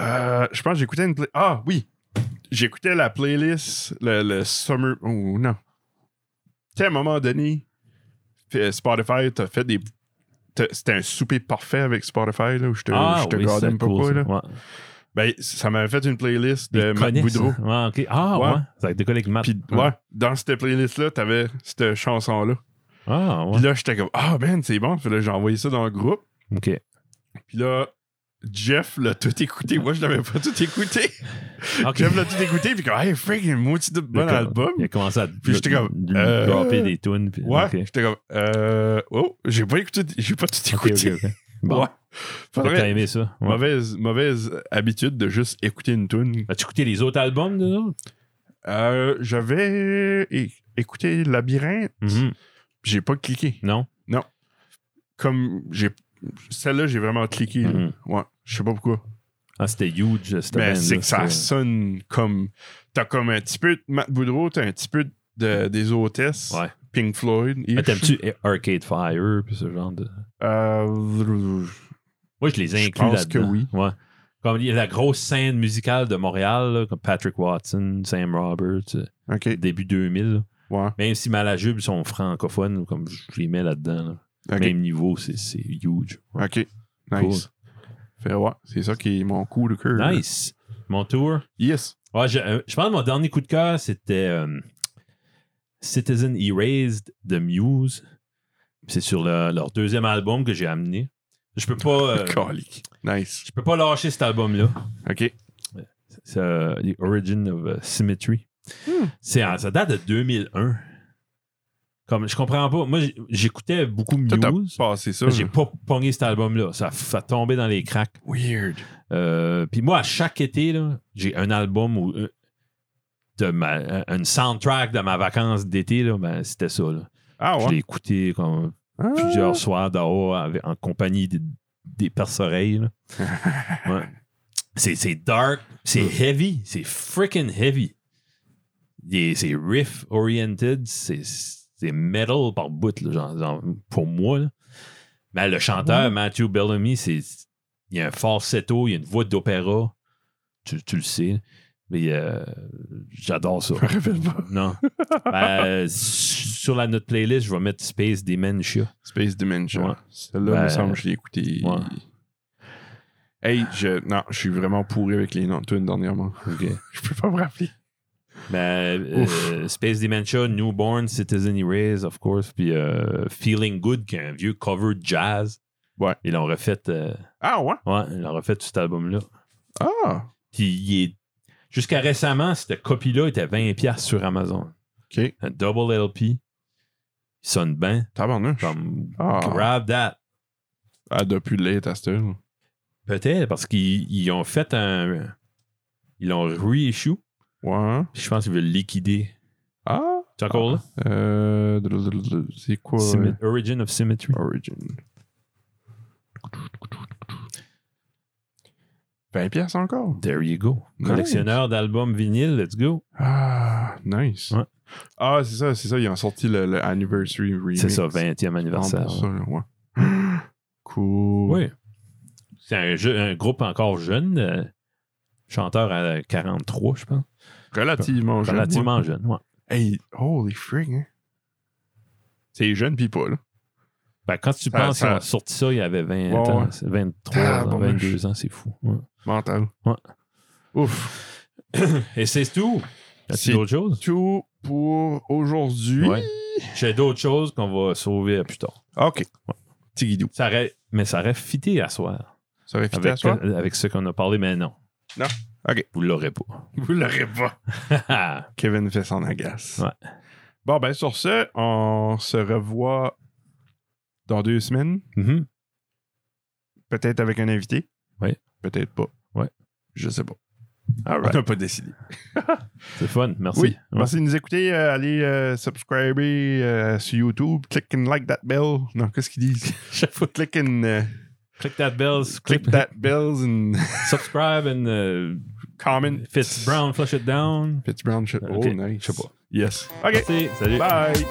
Euh, je pense que j'écoutais une. play- Ah oui! J'écoutais la playlist, le, le Summer. Oh non. Tu sais, à un moment donné, fait- Spotify, t'as fait des. t'as- C'était un souper parfait avec Spotify, là, où je te,
Ah,
je te
oui,
gardais
c'est
un peu
cool,
pas,
ça.
là.
Ouais.
Ben, ça m'avait fait une playlist de
Ils
Matt
connaissent,
Boudreau.
hein. Ouais, ok. Ah,
Ouais.
ouais. Ça a été collé avec Matt.
Puis, ouais, dans cette playlist-là, t'avais cette chanson-là.
Ah, ouais.
Puis là, j'étais comme, ah, man, c'est bon. Puis là, j'ai envoyé ça dans le groupe.
*laughs* Ok.
Puis là, Jeff l'a tout écouté. Moi, je l'avais pas tout écouté. *laughs*
Ok.
Jeff l'a tout écouté. Puis comme, hey, Frank, un maudit de bon
Il a-
album.
Il a commencé à
Puis j'étais comme,
de- de-
euh,
dropper des tunes. puis-
Ouais.
ok.
J'étais comme, euh, oh, j'ai pas écouté, j'ai pas tout
Ok,
écouté.
ok,
*laughs*
ok. Bon.
Ouais. Faudrait-
T'as aimé ça. Ouais.
Mauvaise, mauvaise habitude de juste écouter une tune.
As-tu écouté les autres albums de autres?
Euh, j'avais é- écouté Labyrinthe,
Mhm. Mm-hmm.
puis j'ai pas cliqué.
Non?
Comme j'ai celle-là, j'ai vraiment cliqué. là.
Mhm.
Ouais, je sais pas pourquoi.
Ah, c'était huge. cette
Ben,
band-là,
c'est que ça
c'était-
sonne comme. T'as comme un petit peu de Matt Boudreau, t'as un petit peu de, des hôtesses.
Ouais.
Pink Floyd.
Mais
ish.
Ah, T'aimes-tu Arcade Fire puis ce genre de.
Euh,
Moi, je les
Je
inclus
pense
là-dedans.
que oui.
Ouais. Comme il y a la grosse scène musicale de Montréal, là, comme Patrick Watson, Sam Roberts, euh,
ok.
début 2000. là.
Ouais.
Même si Malajube sont francophones, comme je les mets là-dedans. là.
Ok.
Même niveau, c'est c'est huge. Ouais.
OK. Nice. Fait ouais, c'est ça qui est mon coup de cœur.
Nice. Mon tour.
Yes.
Ouais, je, euh, je pense que mon dernier coup de cœur, c'était euh, Citizen Erased de Muse. C'est sur le- leur deuxième album que j'ai amené. Je peux pas,
*laughs*
euh,
Calique. Nice.
je peux pas lâcher cet album-là.
OK.
C'est euh, The Origin of euh, Symmetry.
Hmm.
C'est, en- ça date de 2001. Comme, je comprends pas. Moi, j'- j'écoutais beaucoup
Toi, t'as
Muse.
passé ça.
mais J'ai
là.
pas pogné cet album-là. Ça, ça tombait dans les cracks.
Weird.
Euh, Puis moi, à chaque été, là, j'ai un album ou euh, de ma, un- une soundtrack de ma vacance d'été. là, ben, C'était ça. là.
Ah
Je
ouais.
l'ai écouté comme
Ah.
plusieurs soirs dehors avec- en compagnie des, des perce-oreilles.
*laughs*
là. Ouais. C'est c'est dark, c'est heavy, c'est freaking heavy. Des- C'est riff-oriented, c'est c'est metal par bout, là, genre- genre, pour moi. là. Mais le chanteur, Matthew Bellamy, c'est il y a un falsetto, il y a une voix d'opéra. Tu, tu le sais. Mais euh, j'adore ça.
Je me rappelle pas. *laughs*
Non. Ben, s- sur la notre playlist, je vais mettre Space Dementia.
Space Dimension.
Ouais.
Celle-là,
Ben,
me semble, que je l'ai écouté.
ouais.
Hey, je... Non, je suis vraiment pourri avec les noms de tunes dernièrement. *laughs* Je peux pas me rappeler.
*laughs* Ben,
Ouf.
euh, Space Dementia, Newborn, Citizen Erase, of course, puis euh, Feeling Good, qui est un vieux cover de jazz.
Ouais.
Ils l'ont refait, euh,
Ah ouais?
ouais, ils l'ont refait sur cet album-là.
Ah!
Puis il est- jusqu'à récemment, cette copie-là était 20$ sur Amazon.
OK.
Un double LP. Il sonne bien.
Tabarnouche.
Comme,
Ah.
grab that.
Ah, depuis le late à cette heure.
Peut-être, parce qu'ils ils ont fait un. Ils l'ont reissue.
Ouais.
Je pense qu'ils veulent liquider.
Ah!
Tu es encore là?
Euh, dl- dl- dl- C'est quoi?
Symmet- Origin of Symmetry.
Origin. 20 pièces encore.
There you go.
Nice.
Collectionneur d'albums vinyle, let's go.
Ah, nice.
Ouais.
Ah, c'est ça, c'est ça. Ils ont sorti le, le Anniversary Remix.
C'est ça, 20e
Ah, pour
anniversaire.
ça, là, ouais. *gasps* Cool.
Oui. C'est un, jeu- un groupe encore jeune. euh, chanteur à 43, je pense.
Relativement jeune.
Relativement jeune, ouais.
ouais. Hey, holy frig. hein. C'est jeune pis pas, là.
Ben, quand tu
Ça-
penses
ça-
qu'ils ont sorti ça, il y avait 20
Ouais,
ans,
ouais.
23
Ah,
ans,
bon,
22 ans, c'est fou. ouais.
Mental.
Ouais.
Ouf.
*coughs* Et c'est tout.
C'est-
As-tu d'autres choses?
Tout pour aujourd'hui.
Ouais. J'ai d'autres choses qu'on va sauver à plus tard.
OK. Tigidou.
Ça aurait- mais ça aurait fité à soir.
Ça aurait fité à
Avec,
soi?
euh, avec ce qu'on a parlé, mais non.
Non. OK.
Vous l'aurez
Vous l'aurez pas.
pas. *laughs*
Kevin fait son agace.
Ouais.
Bon, ben, sur ce, on se revoit dans deux semaines.
Mhm.
Peut-être avec un invité.
Ouais.
Peut-être pas.
Ouais.
Je sais pas.
All
On
right.
n'a pas décidé.
*laughs* C'est fun. Merci.
Oui.
Ouais.
Merci de nous écouter. Euh, allez euh, subscriber euh, sur YouTube. Click and like that bell. Non, qu'est-ce qu'ils disent?
Chaque fois,
Click and euh,
click that bell, click
click that bells and *laughs*
subscribe and euh,
comment.
Fitz Brown, flush it down.
Fitz Brown. je- Oh,
Ok.
nice.
Je sais pas.
Yes. OK.
Merci. Salut.
Bye.